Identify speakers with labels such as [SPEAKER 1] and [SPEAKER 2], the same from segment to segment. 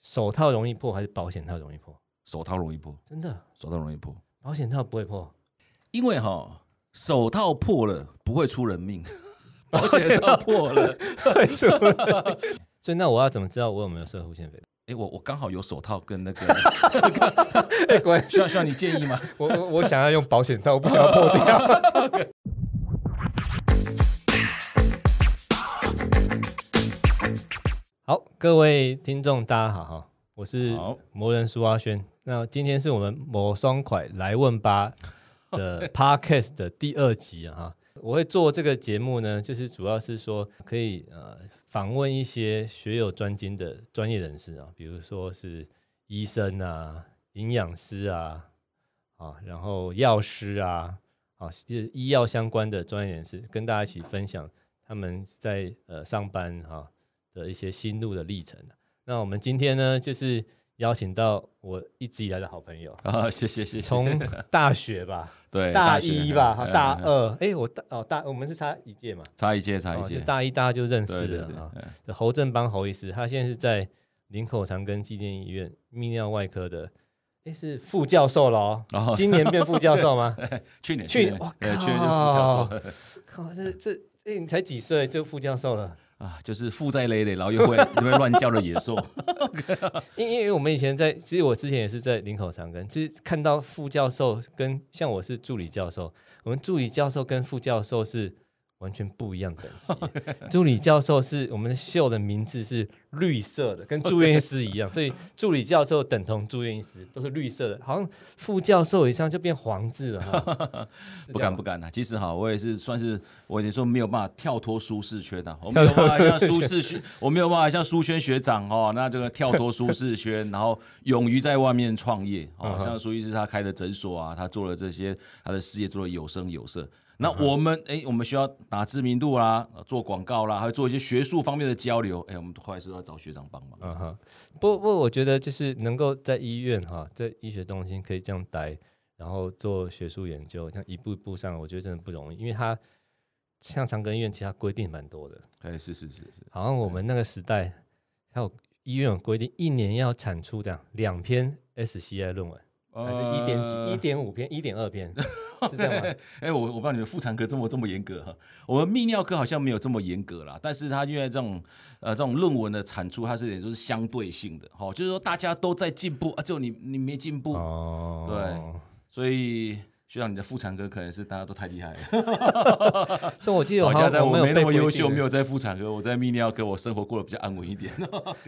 [SPEAKER 1] 手套容易破还是保险套容易破？
[SPEAKER 2] 手套容易破，
[SPEAKER 1] 真的，
[SPEAKER 2] 手套容易破，
[SPEAKER 1] 保险套不会破，
[SPEAKER 2] 因为哈、手套破了不会出人命， 保险套破了，
[SPEAKER 1] 所以那我要怎么知道我有没有射护腺肥
[SPEAKER 2] 哎、我我刚好有手套跟那 个，
[SPEAKER 1] 大？关
[SPEAKER 2] 需要需要你建议吗？
[SPEAKER 1] 我我我想要用保险套，我不想要破掉。好，各位听众，大家好哈，我是
[SPEAKER 2] 好
[SPEAKER 1] 魔人苏阿轩。那今天是我们魔双快来问吧的 podcast 的第二集啊哈。我会做这个节目呢，就是主要是说可以呃访问一些学有专精的专业人士啊，比如说是医生啊、营养师啊，啊，然后药师啊，啊，就是医药相关的专业人士，跟大家一起分享他们在呃上班哈、啊、的一些心路的历程。啊那我们今天呢，就是邀请到我一直以来的好朋友，
[SPEAKER 2] 啊，谢谢谢谢，
[SPEAKER 1] 从大学吧，
[SPEAKER 2] 对
[SPEAKER 1] 大
[SPEAKER 2] 学
[SPEAKER 1] 一吧，哈
[SPEAKER 2] 嗯
[SPEAKER 1] 大
[SPEAKER 2] 嗯
[SPEAKER 1] 二，哎，我大哦大，我们是差一届嘛，
[SPEAKER 2] 差一届差
[SPEAKER 1] 哦，
[SPEAKER 2] 一届，
[SPEAKER 1] 就大一大家就认识
[SPEAKER 2] 对对
[SPEAKER 1] 了
[SPEAKER 2] 对，
[SPEAKER 1] 啊。
[SPEAKER 2] 嗯
[SPEAKER 1] 侯正邦侯医师，他现在是在林口长庚纪念医院泌尿外科的，哎是副教授了哦，
[SPEAKER 2] 然后
[SPEAKER 1] 今年变副教授吗？
[SPEAKER 2] 去年
[SPEAKER 1] 去年哇
[SPEAKER 2] 对去年就副教
[SPEAKER 1] 靠
[SPEAKER 2] 授
[SPEAKER 1] 靠，这这哎你才几岁就副教授了？
[SPEAKER 2] 啊，就是负债累累，然后又会又会乱叫的野兽，
[SPEAKER 1] 因因为我们以前在，其实我之前也是在林口长庚，其实看到副教授跟像我是助理教授，我们助理教授跟副教授是完全不一样等级。助理教授是我们秀的名字是绿色的，跟住院医师一样，所以助理教授等同住院医师，都是绿色的。好像副教授以上就变黄字了哈，
[SPEAKER 2] 不敢不敢啊。其实哈，我也是算是我也说没有办法跳脱舒适圈的、我没有 办法像舒适圈，我没有办法像苏轩学长哦，那这个跳脱舒适圈，然后勇于在外面创业哦
[SPEAKER 1] 嗯。哼
[SPEAKER 2] 像苏医师他开的诊所啊，他做了这些，他的事业做的有声有色。那我们哎、我们需要打知名度啦，呃做广告啦，还有做一些学术方面的交流。哎、我们后来是要找学长帮忙。
[SPEAKER 1] 嗯哼，不不，我觉得就是能够在医院哈，在医学中心可以这样待，然后做学术研究，这样一步一步上，我觉得真的不容易，因为它像长庚医院，其实它规定蛮多的，
[SPEAKER 2] 哎、是是是是，
[SPEAKER 1] 好像我们那个时代，还有医院有规定，一年要产出这样两篇 SCI 论文，还是一点
[SPEAKER 2] 呃
[SPEAKER 1] 几、一点五篇、一点二篇，是这样吗？
[SPEAKER 2] 哎、我我不知道你们妇产科这么这么严格哈，我们泌尿科好像没有这么严格啦。但是它因为这种呃这种论文的产出，它是也就是相对性的，哈、就是说大家都在进步啊，只有你你没进步，
[SPEAKER 1] 哦，
[SPEAKER 2] 对所以学长你的妇产科可能是大家都太厉害了。
[SPEAKER 1] 所以我记得
[SPEAKER 2] 老
[SPEAKER 1] 我好
[SPEAKER 2] 家
[SPEAKER 1] 像
[SPEAKER 2] 在
[SPEAKER 1] 我
[SPEAKER 2] 我
[SPEAKER 1] 没有
[SPEAKER 2] 没那
[SPEAKER 1] 被
[SPEAKER 2] 么
[SPEAKER 1] 规
[SPEAKER 2] 优
[SPEAKER 1] 定
[SPEAKER 2] 秀，
[SPEAKER 1] 的
[SPEAKER 2] 没有在妇产科，我在泌尿科，我生活过得比较安稳一点。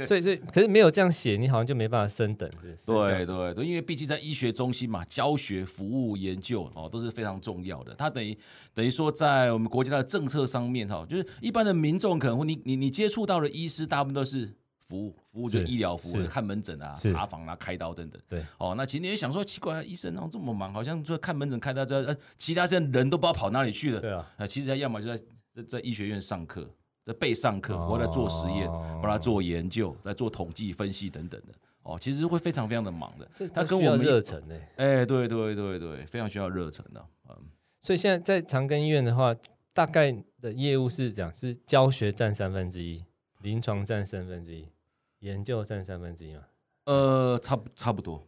[SPEAKER 1] 所以所以可是没有这样写，你好像就没办法升等，是不是
[SPEAKER 2] 对对对，因为毕竟在医学中心嘛，教学、服务、研究哦都是非常重要的。它等于等于说，在我们国家的政策上面哈、就是一般的民众可能会你你你接触到的医师，大部分都是服务，服务就是医疗服务，
[SPEAKER 1] 是
[SPEAKER 2] 看门诊啊、
[SPEAKER 1] 是
[SPEAKER 2] 查房啊、开刀等等。
[SPEAKER 1] 对
[SPEAKER 2] 哦，那其实你也想说，奇怪，医生然后这么忙，好像就看门诊、开刀之后，呃，其他现在人都不知道跑哪里去了。
[SPEAKER 1] 对啊，
[SPEAKER 2] 啊，其实他要么就在在在医学院上课，在被上课，或者在做实验，
[SPEAKER 1] 哦
[SPEAKER 2] 或者在做研究，在做统计分析等等的。哦，其实会非常非常的忙的。
[SPEAKER 1] 这
[SPEAKER 2] 他
[SPEAKER 1] 都
[SPEAKER 2] 跟
[SPEAKER 1] 需要
[SPEAKER 2] 我们
[SPEAKER 1] 热忱呢、
[SPEAKER 2] 哎，对对对对，非常需要热忱的、嗯，
[SPEAKER 1] 所以现在在长庚医院的话，大概的业务是讲是教学占三分之一，临床占三分之一，研究占三分之一嘛，
[SPEAKER 2] 呃，差不差不多，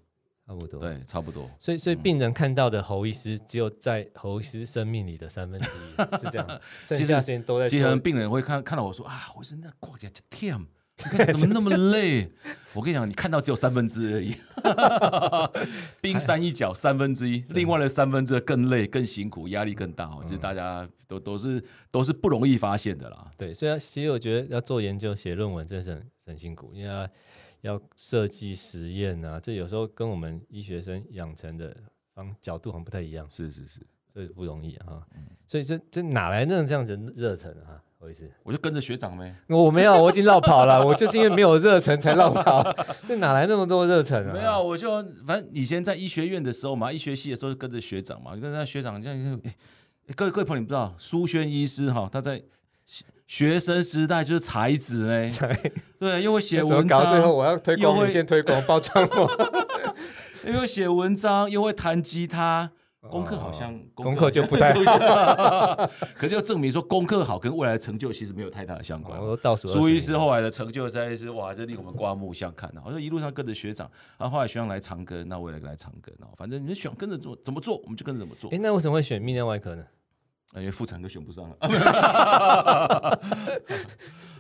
[SPEAKER 1] 差不多。。
[SPEAKER 2] 对，嗯差不多。
[SPEAKER 1] 所以，所以病人看到的侯医师只有在侯医师生命里的三分之一，是这 样，剩
[SPEAKER 2] 其实
[SPEAKER 1] 下时间都在
[SPEAKER 2] 其实
[SPEAKER 1] 做
[SPEAKER 2] 很多病人会看看到我说啊，我是那挂起来就天，你 看怎么那么累？我跟你讲，你看到只有三分之而已， 冰山一角，三分之一，另外的三分之二更累、更辛苦，压力更大哦。其实大家都都是都是不容易发现的啦。
[SPEAKER 1] 对，所以其实我觉得要做研究、写论文真的是很很辛苦，因为要要设计实验啊，这有时候跟我们医学生养成的方角度好像不太一样。
[SPEAKER 2] 是是是，
[SPEAKER 1] 所以不容易啊。所以这这哪来那这样子的热忱啊？我意思，
[SPEAKER 2] 我就跟着学长呗。
[SPEAKER 1] 我没有，我已经绕跑 了，我就是因为没有热忱才绕跑。这哪来那么多热忱啊？
[SPEAKER 2] 没有，我就反正以前在医学院的时候嘛，医学系的时候就跟着学长嘛，跟着学长这样。哎哎各位各位朋友，你不知道苏轩医师哈，他在学学生时代就是才子哎，对，又会写
[SPEAKER 1] 那哎怎么
[SPEAKER 2] 文
[SPEAKER 1] 搞？最后
[SPEAKER 2] 章，
[SPEAKER 1] 我要推
[SPEAKER 2] 又
[SPEAKER 1] 广，
[SPEAKER 2] 会
[SPEAKER 1] 你先推广，包装我。
[SPEAKER 2] 又会写文章，又会弹吉他。功课好像
[SPEAKER 1] 哦功课就不太
[SPEAKER 2] 好，可是就证明说功课好跟未来的成就其实没有太大的相
[SPEAKER 1] 我
[SPEAKER 2] 关。
[SPEAKER 1] 都倒数20
[SPEAKER 2] 苏医师
[SPEAKER 1] 年
[SPEAKER 2] 后来的成就在是哇，这令我们刮目相看啊！好像一路上跟着学长，啊然后后来学长来长庚，那我也来长庚啊。反正你想跟着做怎么做，我们就跟着怎么做啊
[SPEAKER 1] 诶，。那为什么会选泌尿外科呢？
[SPEAKER 2] 因为妇产科选不上了。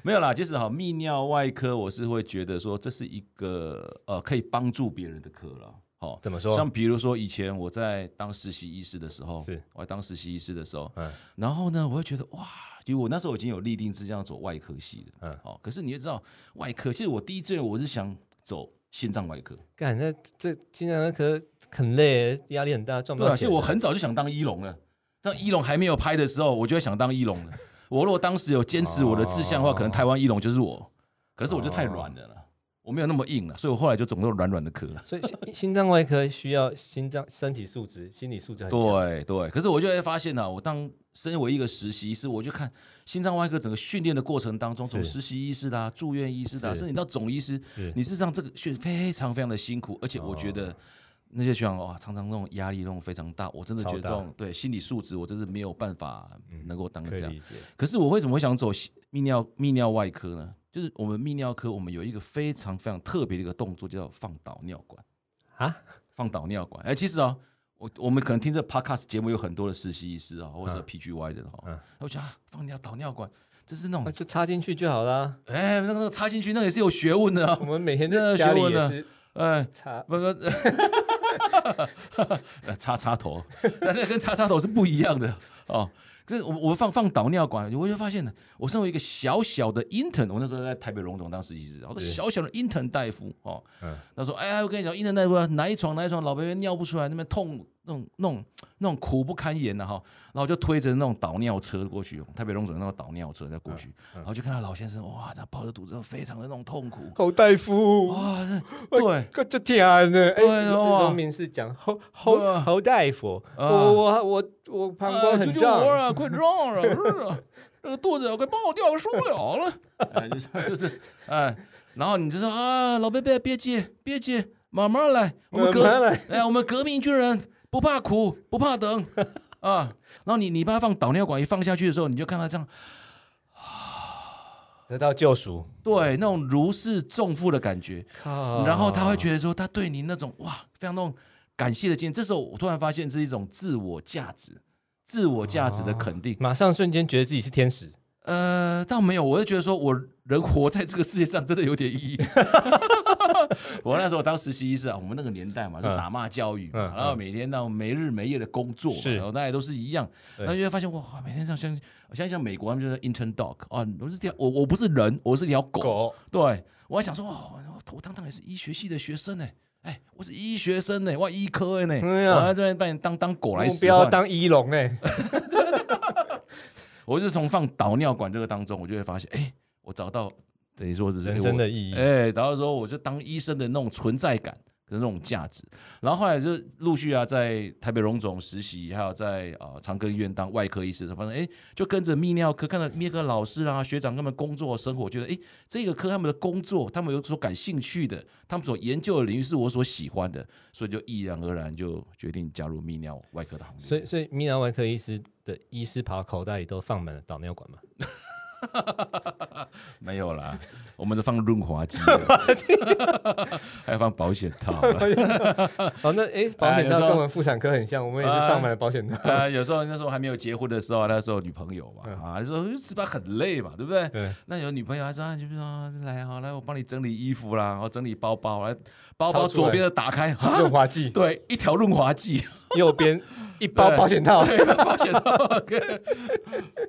[SPEAKER 2] 没有啦，其实哈，泌尿外科我是会觉得说这是一个呃可以帮助别人的科了。好、
[SPEAKER 1] 怎么说？
[SPEAKER 2] 像比如说以前我在当实习医师的时候，
[SPEAKER 1] 是
[SPEAKER 2] 我在当实习医师的时候，
[SPEAKER 1] 嗯
[SPEAKER 2] 然后呢，我会觉得哇，因为我那时候已经有立定志向走外科系的，
[SPEAKER 1] 嗯
[SPEAKER 2] 哦，可是你也知道外科，其实我第一志愿我是想走心脏外科，
[SPEAKER 1] 干，那这精神外科很累，压力很大，赚不
[SPEAKER 2] 对
[SPEAKER 1] 到
[SPEAKER 2] 啊，其
[SPEAKER 1] 钱
[SPEAKER 2] 实。我很早就想当医龙了，当医龙还没有拍的时候，我就会想当医龙了。我如果当时有坚持我的志向的话，
[SPEAKER 1] 哦
[SPEAKER 2] 可能台湾医龙就是我，可是我就太软了啦，我没有那么硬了，所以我后来就总是软软的科了。
[SPEAKER 1] 所以心心脏外科需要心脏身体素质、心理素质很强。
[SPEAKER 2] 对对，可是我就会发现呢、我当身为一个实习医师，我就看心脏外科整个训练的过程当中，从
[SPEAKER 1] 是
[SPEAKER 2] 实习医师啦、住院医师啦，
[SPEAKER 1] 是
[SPEAKER 2] 甚至到总医师
[SPEAKER 1] 是，
[SPEAKER 2] 你事实上这个训非常非常的辛苦，
[SPEAKER 1] 哦
[SPEAKER 2] 而且我觉得那些学长哇，常常那种压力那种非常大，我真的觉得
[SPEAKER 1] 超大
[SPEAKER 2] 这种对心理素质，我真是没有办法能够当
[SPEAKER 1] 可
[SPEAKER 2] 这
[SPEAKER 1] 以
[SPEAKER 2] 样。
[SPEAKER 1] 理解。
[SPEAKER 2] 可是我为什么会想走泌尿泌尿外科呢？就是我们泌尿科，我们有一个非常非常特别的一个动作，叫放导尿管。
[SPEAKER 1] 啊，
[SPEAKER 2] 放导尿管。哎、其实啊、我我们可能听这 podcast 节目有很多的实习医师啊、或者
[SPEAKER 1] 嗯
[SPEAKER 2] PGY 的哈、
[SPEAKER 1] 嗯
[SPEAKER 2] 我觉得、啊、放尿导尿管，这是那
[SPEAKER 1] 那
[SPEAKER 2] 种
[SPEAKER 1] 就插进去就好啦。
[SPEAKER 2] 哎、那个那个插进去，那个也是有学问的、
[SPEAKER 1] 我
[SPEAKER 2] 啊。
[SPEAKER 1] 们每天
[SPEAKER 2] 那
[SPEAKER 1] 在
[SPEAKER 2] 个
[SPEAKER 1] 家
[SPEAKER 2] 学
[SPEAKER 1] 里
[SPEAKER 2] 问
[SPEAKER 1] 也
[SPEAKER 2] 呢
[SPEAKER 1] 是
[SPEAKER 2] 哎，
[SPEAKER 1] 插。
[SPEAKER 2] 不不， 呃插插头，但是跟插插头是不一样的哦。这我我放放导尿管，我就发现呢，我身为一个小小的 intern，我那时候在台北荣总当实习生，我说
[SPEAKER 1] 是
[SPEAKER 2] 小小的 intern 大夫哦，
[SPEAKER 1] 嗯
[SPEAKER 2] 他说，哎呀，我跟你讲，intern 大夫啊，哪一床哪一床老伯伯尿不出来，那边痛，那种那种那种苦不堪言呐、哈，然后我就推着那种导尿车过去，哦台北荣总那个导尿车在过去，然后就看到老先生，哇，他抱着肚子非常的那种痛苦，
[SPEAKER 1] 侯大夫，
[SPEAKER 2] 哇，那对。
[SPEAKER 1] 这这天啊，呢，哎，
[SPEAKER 2] 对啊哇
[SPEAKER 1] 荣民是讲侯侯
[SPEAKER 2] 啊
[SPEAKER 1] 侯大夫，
[SPEAKER 2] 啊
[SPEAKER 1] 我我我我膀
[SPEAKER 2] 哎
[SPEAKER 1] 胱
[SPEAKER 2] 救
[SPEAKER 1] 很
[SPEAKER 2] 救我
[SPEAKER 1] 胀，
[SPEAKER 2] 啊！快让让，是啊，这个肚子快爆掉受不了了。 哎，就是就是，哎，然后你就说啊，老贝贝，别急，别急，慢慢来，我们
[SPEAKER 1] 呃慢
[SPEAKER 2] 革，
[SPEAKER 1] 慢来
[SPEAKER 2] 哎，我们革命军人不怕苦，不 怕等啊。然后你你把它放导尿管一放下去的时候，你就看他这样，
[SPEAKER 1] 得到救赎。
[SPEAKER 2] 对，那种如释重负的感觉。
[SPEAKER 1] 靠
[SPEAKER 2] 然后他会觉得说，他对你那种哇，非常那种感谢的见。这时候我突然发现是一种自我价值。自我价值的
[SPEAKER 1] 啊
[SPEAKER 2] 肯定，
[SPEAKER 1] 马上瞬间觉得自己是天使。
[SPEAKER 2] 呃，倒没有，我就觉得说我人活在这个世界上真的有点意义。 我那时候当实习医师啊，我们那个年代嘛，就
[SPEAKER 1] 嗯
[SPEAKER 2] 打骂教育嘛，
[SPEAKER 1] 嗯嗯
[SPEAKER 2] 然后每天那种没日没夜的工作嘛，
[SPEAKER 1] 是
[SPEAKER 2] 然后大家都是一样，
[SPEAKER 1] 对
[SPEAKER 2] 然后就会发现哇，每天像像像像美国他们就是 intern dog 啊，我是条我我不是人，我是条狗，
[SPEAKER 1] 狗
[SPEAKER 2] 对我还想说哇，我堂堂也是医学系的学生呢、哎，我是医学生呢、我医科的呢、
[SPEAKER 1] 哎呀
[SPEAKER 2] 我还在这边把你当当狗来
[SPEAKER 1] 目
[SPEAKER 2] 使
[SPEAKER 1] 标
[SPEAKER 2] 唤，
[SPEAKER 1] 当一龙哎，
[SPEAKER 2] 我就从放导尿管这个当中，我就会发现，哎、我找到等于说是
[SPEAKER 1] 人生的意义。
[SPEAKER 2] 哎、然后说我就当医生的那种存在感跟那种价值。然后后来就陆续啊，在台北荣总实习，还有在呃长庚医院当外科医师的时候，反正哎，就跟着泌尿科，看到泌尿科老师啊、学长他们工作生活，我觉得哎，这个科他们的工作，他们有所感兴趣的，他们所研究的领域是我所喜欢的，所以就毅然而然就决定加入泌尿外科的行列。
[SPEAKER 1] 所以，所以泌尿外科医师的医师袍口袋里都放满了导尿 管嘛？
[SPEAKER 2] 没有啦， 我们都放润滑剂， 还有放保险套啦。
[SPEAKER 1] 哦，那诶，保
[SPEAKER 2] 哎
[SPEAKER 1] 险
[SPEAKER 2] 有
[SPEAKER 1] 套
[SPEAKER 2] 时候
[SPEAKER 1] 跟我们妇产科很像，我
[SPEAKER 2] 哎
[SPEAKER 1] 们也是放满了保险套。
[SPEAKER 2] 呃，有时候那时候还没有结婚的时候，那时候女朋友嘛，
[SPEAKER 1] 嗯
[SPEAKER 2] 啊，就说呃吃饭很累嘛，对不对？
[SPEAKER 1] 对，
[SPEAKER 2] 那有女朋友，她说啊，你就说来好，来我帮你整理衣服啦，我整理包包，来包包
[SPEAKER 1] 掏出来
[SPEAKER 2] 左边的打开，啊
[SPEAKER 1] 润滑剂，
[SPEAKER 2] 对，一条润滑剂，
[SPEAKER 1] 右边一包保险套。
[SPEAKER 2] 对，保险套 OK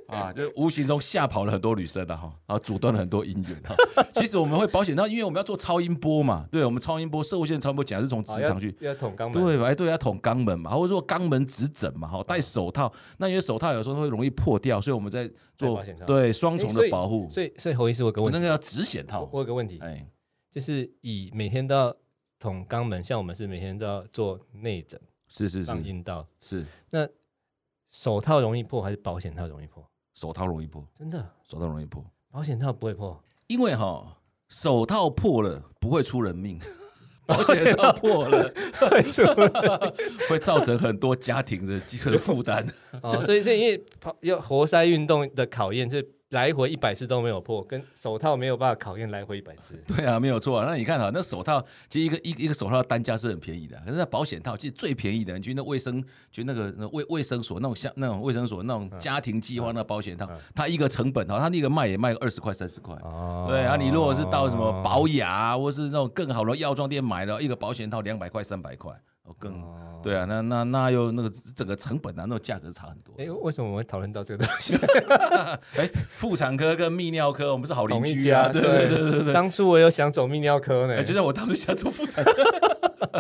[SPEAKER 2] 啊，就无形中吓跑了很多女生的啊哈，然后阻断了很多姻缘哈。其实我们会保险套，因为我们要做超音波嘛，对，我们超音波射线超音波讲是从直
[SPEAKER 1] 好
[SPEAKER 2] 肠去，
[SPEAKER 1] 要要捅肛门。
[SPEAKER 2] 对，哎，对，要捅肛门嘛，或者说肛门指诊嘛，
[SPEAKER 1] 啊
[SPEAKER 2] 哈，戴手套，那因为手套有时候会容易破掉，所以我们在
[SPEAKER 1] 保
[SPEAKER 2] 做
[SPEAKER 1] 险套
[SPEAKER 2] 对双重
[SPEAKER 1] 诶所
[SPEAKER 2] 的
[SPEAKER 1] 以
[SPEAKER 2] 保护，
[SPEAKER 1] 所以，所以侯医师，我有个
[SPEAKER 2] 我
[SPEAKER 1] 问
[SPEAKER 2] 哦那
[SPEAKER 1] 题，
[SPEAKER 2] 个叫止血套
[SPEAKER 1] 我，我有个问题，
[SPEAKER 2] 哎，
[SPEAKER 1] 就是以每天都要捅肛门，像我们是每天都要做内诊、
[SPEAKER 2] 是是
[SPEAKER 1] 放
[SPEAKER 2] 是
[SPEAKER 1] 阴道，
[SPEAKER 2] 是，
[SPEAKER 1] 手套容易破还是保险套容易破？
[SPEAKER 2] 手套容易破，
[SPEAKER 1] 真的，
[SPEAKER 2] 手套容易破，
[SPEAKER 1] 保险套不会破。
[SPEAKER 2] 因为哈手套破了不会出人命，保险到破了，
[SPEAKER 1] 出
[SPEAKER 2] 会造成很多家庭的这个负担。
[SPEAKER 1] 哦，所以所以因为跑要活塞运动的考验，就来回一百次都没有破，跟手套没有办法考验来回一百 次。
[SPEAKER 2] 对啊，没有错啊。那你看啊，那手套其实一个一一个手套的单价是很便宜的，可是那保险套其实最便宜的，你去那卫生去那个那卫卫生所那种像那种卫生所那种家庭计划那保险
[SPEAKER 1] 嗯
[SPEAKER 2] 套，它一个成本啊，它那个卖也卖个二十块三十块。
[SPEAKER 1] 哦
[SPEAKER 2] 对啊，你如果是到什么保雅啊或是那种更好的药妆店买的，一个保险套两百块三百块，哦更
[SPEAKER 1] 哦
[SPEAKER 2] 对啊，那那那又那个整个成本啊，那个价格差很 多。
[SPEAKER 1] 哎，为什么我们会讨论到这个东西？
[SPEAKER 2] 哎，妇产科跟泌尿科，我们是好邻
[SPEAKER 1] 同一
[SPEAKER 2] 居啊，
[SPEAKER 1] 家，
[SPEAKER 2] 对对对。
[SPEAKER 1] 对对。当初我有想走泌尿科
[SPEAKER 2] 哎，
[SPEAKER 1] 呢，
[SPEAKER 2] 就像我当初想做妇产科，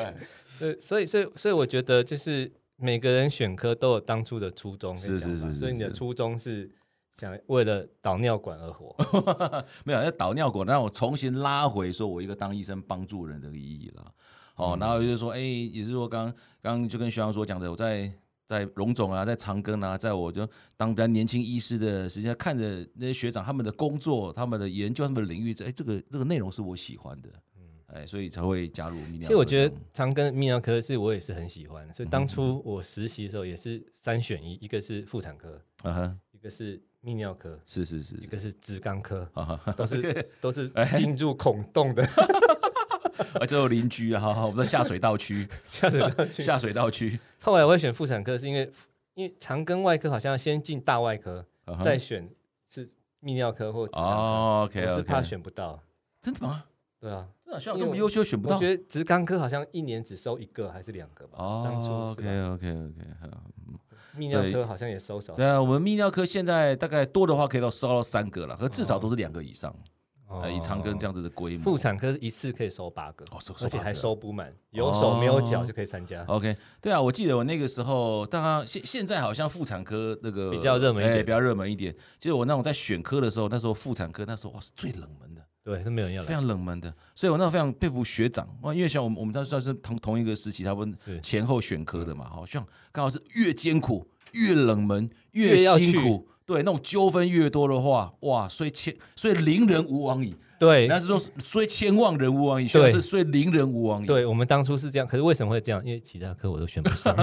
[SPEAKER 2] 哎
[SPEAKER 1] 呃，所以所以所以我觉得就是每个人选科都有当初的初衷跟
[SPEAKER 2] 是
[SPEAKER 1] 想
[SPEAKER 2] 是
[SPEAKER 1] 法
[SPEAKER 2] 是是
[SPEAKER 1] 所以你的
[SPEAKER 2] 是
[SPEAKER 1] 初衷是想为了导尿管而 活。
[SPEAKER 2] 没有，那导尿管让我重新拉回，说我一个当医生帮助人的意义了。
[SPEAKER 1] 嗯
[SPEAKER 2] 哦，然后就是说，哎、也是说刚刚刚就跟徐阳所讲的，我在在荣总啊，在长庚啊，在我就当比较年轻医师的时间，看着那些学长他们的工作、他们的研究、他们的领域，这哎，这个这个内容是我喜欢的，哎，所以才会加入泌尿科这种。嗯
[SPEAKER 1] 其嗯实我觉得长庚泌尿科是我也是很喜欢，所以当初我实习的时候也是三选一，一个是妇产科，
[SPEAKER 2] 啊哈，
[SPEAKER 1] 一个是泌尿科，
[SPEAKER 2] 是是是 哎
[SPEAKER 1] 一，个是直肛科，
[SPEAKER 2] 啊哈，
[SPEAKER 1] 都 是都是进入孔洞的
[SPEAKER 2] 而且有邻居啊，哈哈，我们在下水道 区，
[SPEAKER 1] 下水道去。
[SPEAKER 2] 下水道区，
[SPEAKER 1] 后来我会选妇产科，是因为因为长庚外科好像先进大外科，
[SPEAKER 2] 啊哈
[SPEAKER 1] 再选是泌尿科或直肛科
[SPEAKER 2] 哦，OK
[SPEAKER 1] 我是怕
[SPEAKER 2] OK，
[SPEAKER 1] 选不到。
[SPEAKER 2] 真的吗？
[SPEAKER 1] 对啊，
[SPEAKER 2] 真的，学长
[SPEAKER 1] 因
[SPEAKER 2] 这
[SPEAKER 1] 为
[SPEAKER 2] 么
[SPEAKER 1] 我
[SPEAKER 2] 优秀选不
[SPEAKER 1] 我
[SPEAKER 2] 到？
[SPEAKER 1] 觉得直肛科好像一年只收一个还是两个吧。当
[SPEAKER 2] 哦
[SPEAKER 1] 初是吧
[SPEAKER 2] ，OK OK OK，好。
[SPEAKER 1] 泌尿
[SPEAKER 2] 对
[SPEAKER 1] 科好像也收少。
[SPEAKER 2] 对啊，我们泌尿科现在大概多的话可以到烧到三个了，可至少都是两个以上，
[SPEAKER 1] 哦
[SPEAKER 2] 呃以长庚这样子的规模。
[SPEAKER 1] 妇产科一次可以收八个，
[SPEAKER 2] 哦收收
[SPEAKER 1] 而且
[SPEAKER 2] 八
[SPEAKER 1] 还
[SPEAKER 2] 个哦
[SPEAKER 1] 收不满，有手没有脚就可以参加。
[SPEAKER 2] OK，对啊，我记得我那个时候，当然现现在好像妇产科那个
[SPEAKER 1] 比较热门一点
[SPEAKER 2] 哎比较热门一点。就是我那种在选科的时候，那时候妇产科那时候哇是最冷门的，
[SPEAKER 1] 对，都没有人要
[SPEAKER 2] 非
[SPEAKER 1] 来。
[SPEAKER 2] 常冷门的。所以我那时候非常佩服学长哇，因为像我们我们当时算是同同一个时期，他们
[SPEAKER 1] 是嗯
[SPEAKER 2] 前后选科的嘛，好像刚好是越艰苦越冷门
[SPEAKER 1] 越要
[SPEAKER 2] 辛
[SPEAKER 1] 去
[SPEAKER 2] 苦。对，那种纠纷越多的话，哇，所以千所以邻人无往矣，
[SPEAKER 1] 对
[SPEAKER 2] 但是说虽千万人无往矣，
[SPEAKER 1] 对
[SPEAKER 2] 是虽邻人无往矣。，
[SPEAKER 1] 对，我们当初是这样，可是为什么会这样？因为其他科我都选不 上。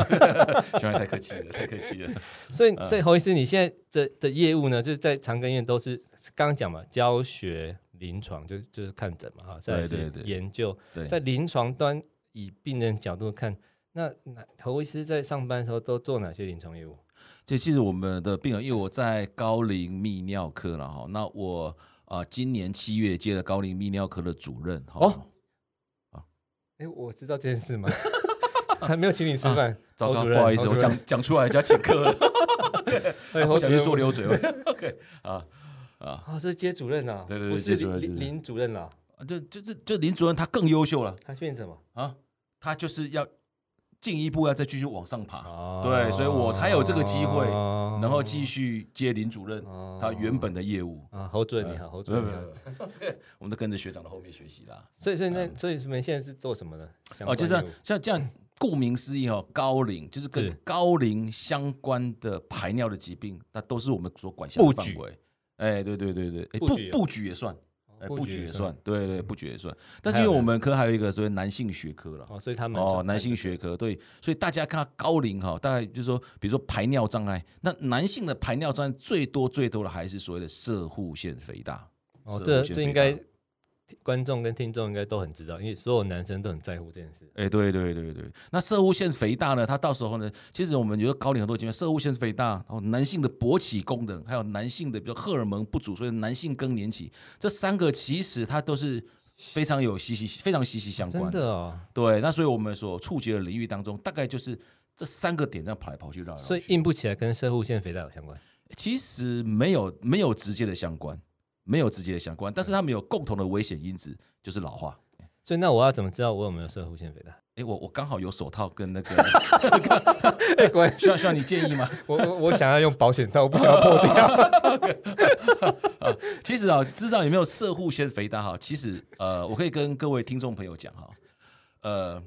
[SPEAKER 2] 小太客气了，太客气 了。
[SPEAKER 1] 所
[SPEAKER 2] 嗯
[SPEAKER 1] 以，所以侯医师，你现在的的业务呢，就是在长庚医院都是刚刚讲嘛，教学、临床，就就是看诊嘛，哈，再来
[SPEAKER 2] 对
[SPEAKER 1] 是
[SPEAKER 2] 对对
[SPEAKER 1] 研究，
[SPEAKER 2] 对，
[SPEAKER 1] 在临床端以病人角度看，那哪侯医师在上班的时候都做哪些临床业务？
[SPEAKER 2] 这其实我们的病人，因为我在高龄泌尿科了哈，那我啊、呃今年七月接了高龄泌尿科的主任哈。
[SPEAKER 1] 哦哎，我知道这件事 吗？还没有请你吃饭，侯
[SPEAKER 2] 糟
[SPEAKER 1] 主
[SPEAKER 2] 糕，啊不
[SPEAKER 1] 任
[SPEAKER 2] 好意
[SPEAKER 1] 侯
[SPEAKER 2] 思，
[SPEAKER 1] 主
[SPEAKER 2] 我
[SPEAKER 1] 任
[SPEAKER 2] 讲讲出来就要请客了，
[SPEAKER 1] 对
[SPEAKER 2] 我
[SPEAKER 1] 侯主
[SPEAKER 2] 小心
[SPEAKER 1] 任
[SPEAKER 2] 说溜嘴。OK，啊啊，
[SPEAKER 1] 啊，这是接主任啊，
[SPEAKER 2] 对对对
[SPEAKER 1] 不是
[SPEAKER 2] 接主任
[SPEAKER 1] 林
[SPEAKER 2] 接主任
[SPEAKER 1] 林主任啊，
[SPEAKER 2] 就就就就林主任他更优秀了
[SPEAKER 1] 他变成什么？
[SPEAKER 2] 啊，他就是要进一步要再继续往上爬，
[SPEAKER 1] 哦
[SPEAKER 2] 啊对所以我才有这个机会然后继
[SPEAKER 1] 续
[SPEAKER 2] 续接林主任他原本的业务。
[SPEAKER 1] 哦啊，侯主任你好，侯主
[SPEAKER 2] 没有
[SPEAKER 1] 任
[SPEAKER 2] 没
[SPEAKER 1] 你
[SPEAKER 2] 有
[SPEAKER 1] 好
[SPEAKER 2] 没。有，我们都跟着学长的后面学习啦。
[SPEAKER 1] 所以，所以那，所以你们现在是做什么的？
[SPEAKER 2] 哦，就是
[SPEAKER 1] 相
[SPEAKER 2] 像
[SPEAKER 1] 关业务
[SPEAKER 2] 像这样，顾名思义哦，高龄就是跟
[SPEAKER 1] 是
[SPEAKER 2] 高龄相关的排尿的疾病，那都是我们所管辖的
[SPEAKER 1] 布局
[SPEAKER 2] 范围。哎，对对对对，哎
[SPEAKER 1] 布
[SPEAKER 2] 布
[SPEAKER 1] 局也
[SPEAKER 2] 布局也算，哎
[SPEAKER 1] 布
[SPEAKER 2] 布
[SPEAKER 1] 局
[SPEAKER 2] 局
[SPEAKER 1] 也
[SPEAKER 2] 也
[SPEAKER 1] 算嗯
[SPEAKER 2] 算，对对布局也算。但是
[SPEAKER 1] 还
[SPEAKER 2] 因
[SPEAKER 1] 有
[SPEAKER 2] 为我
[SPEAKER 1] 呢
[SPEAKER 2] 们科还有一个所谓男性学科了。
[SPEAKER 1] 哦，所以他们
[SPEAKER 2] 哦
[SPEAKER 1] 就，
[SPEAKER 2] 男性学科对，所以大家看到高龄哈，大概就是说，比如说排尿障碍，那男性的排尿障碍最多最多的还是所谓的射护腺肥大。
[SPEAKER 1] 哦，
[SPEAKER 2] 是
[SPEAKER 1] 这
[SPEAKER 2] 无线
[SPEAKER 1] 这应
[SPEAKER 2] 配
[SPEAKER 1] 该
[SPEAKER 2] 搭
[SPEAKER 1] 观众跟听众应该都很知道，因为所有男生都很在乎这件事。
[SPEAKER 2] 哎、对对对对，那射物腺肥大呢？它到时候呢，其实我们觉得高龄很多疾病，射物腺肥大，然后男性的勃起功能，还有男性的比如荷尔蒙不足，所以男性更年期，这三个其实它都是非常有息息非常息息相
[SPEAKER 1] 真
[SPEAKER 2] 关。
[SPEAKER 1] 的哦，
[SPEAKER 2] 对，那所以我们所触及的领域当中，大概就是这三个点这样跑来跑去绕来绕去。
[SPEAKER 1] 所以硬不起来跟射护腺肥大有相关。
[SPEAKER 2] 其实没有没有直接的相关，没有直接的相关，但是它们有共同的危险因子，就是老化。
[SPEAKER 1] 所以那我要怎么知道我有没有射护腺肥 大？
[SPEAKER 2] 哎，我我刚好有手套跟 那个，
[SPEAKER 1] 哎，果然
[SPEAKER 2] 需要需要你建议吗？
[SPEAKER 1] 我我我想要用保险套，我不想要破 掉。
[SPEAKER 2] 其实啊，知道有没有射护腺肥大哈，其实呃，我可以跟各位听众朋友讲哈，呃，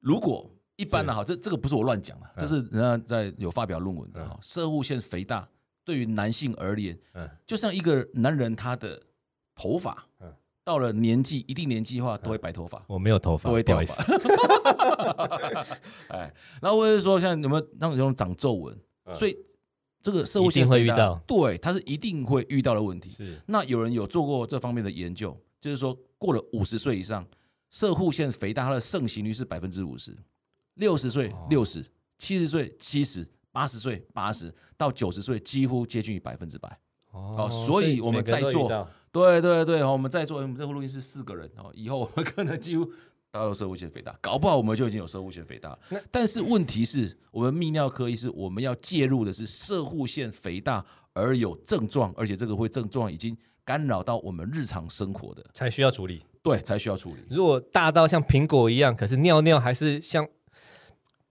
[SPEAKER 2] 如果一般的哈，这这个不是我乱讲的，
[SPEAKER 1] 嗯
[SPEAKER 2] 这是人家在有发表论文的哈，射护腺肥大对于男性而言，
[SPEAKER 1] 嗯
[SPEAKER 2] 就像一个男人他的头发
[SPEAKER 1] 嗯，
[SPEAKER 2] 到到了年纪一定年纪的话，都会白头发。
[SPEAKER 1] 我没有头发，
[SPEAKER 2] 都会
[SPEAKER 1] 不
[SPEAKER 2] 掉
[SPEAKER 1] 好意
[SPEAKER 2] 发
[SPEAKER 1] 思。。
[SPEAKER 2] 哎，然后或者是说像有没有那种长皱纹，
[SPEAKER 1] 嗯
[SPEAKER 2] 所以这个社会
[SPEAKER 1] 一定
[SPEAKER 2] 性
[SPEAKER 1] 会
[SPEAKER 2] 肥
[SPEAKER 1] 遇
[SPEAKER 2] 大
[SPEAKER 1] 到
[SPEAKER 2] 对，它是一定会遇到的问题。
[SPEAKER 1] 是
[SPEAKER 2] 那有人有做过这方面的研究，就是说过了五十岁以上，射护腺肥大它的盛行率是百分之五十，六十岁
[SPEAKER 1] 哦
[SPEAKER 2] 六十，七十岁七十。八十岁、八十到九十岁，几乎接近于百分之百。
[SPEAKER 1] 哦
[SPEAKER 2] 所以我
[SPEAKER 1] 每
[SPEAKER 2] 们
[SPEAKER 1] 个人
[SPEAKER 2] 在
[SPEAKER 1] 都
[SPEAKER 2] 做
[SPEAKER 1] 遇到
[SPEAKER 2] 对对对，哦好我们在座我们这部录音室四个人，哦，以后我们可能几乎大家都射物腺肥大，搞不好我们就已经有射物腺肥大了
[SPEAKER 1] 那。
[SPEAKER 2] 但是问题是我们泌尿科医师，我们要介入的是射护腺肥大而有症状，而且这个会症状已经干扰到我们日常生活的，
[SPEAKER 1] 才需要处理。
[SPEAKER 2] 对，才需要处理。
[SPEAKER 1] 如果大到像苹果一样，可是尿尿还是像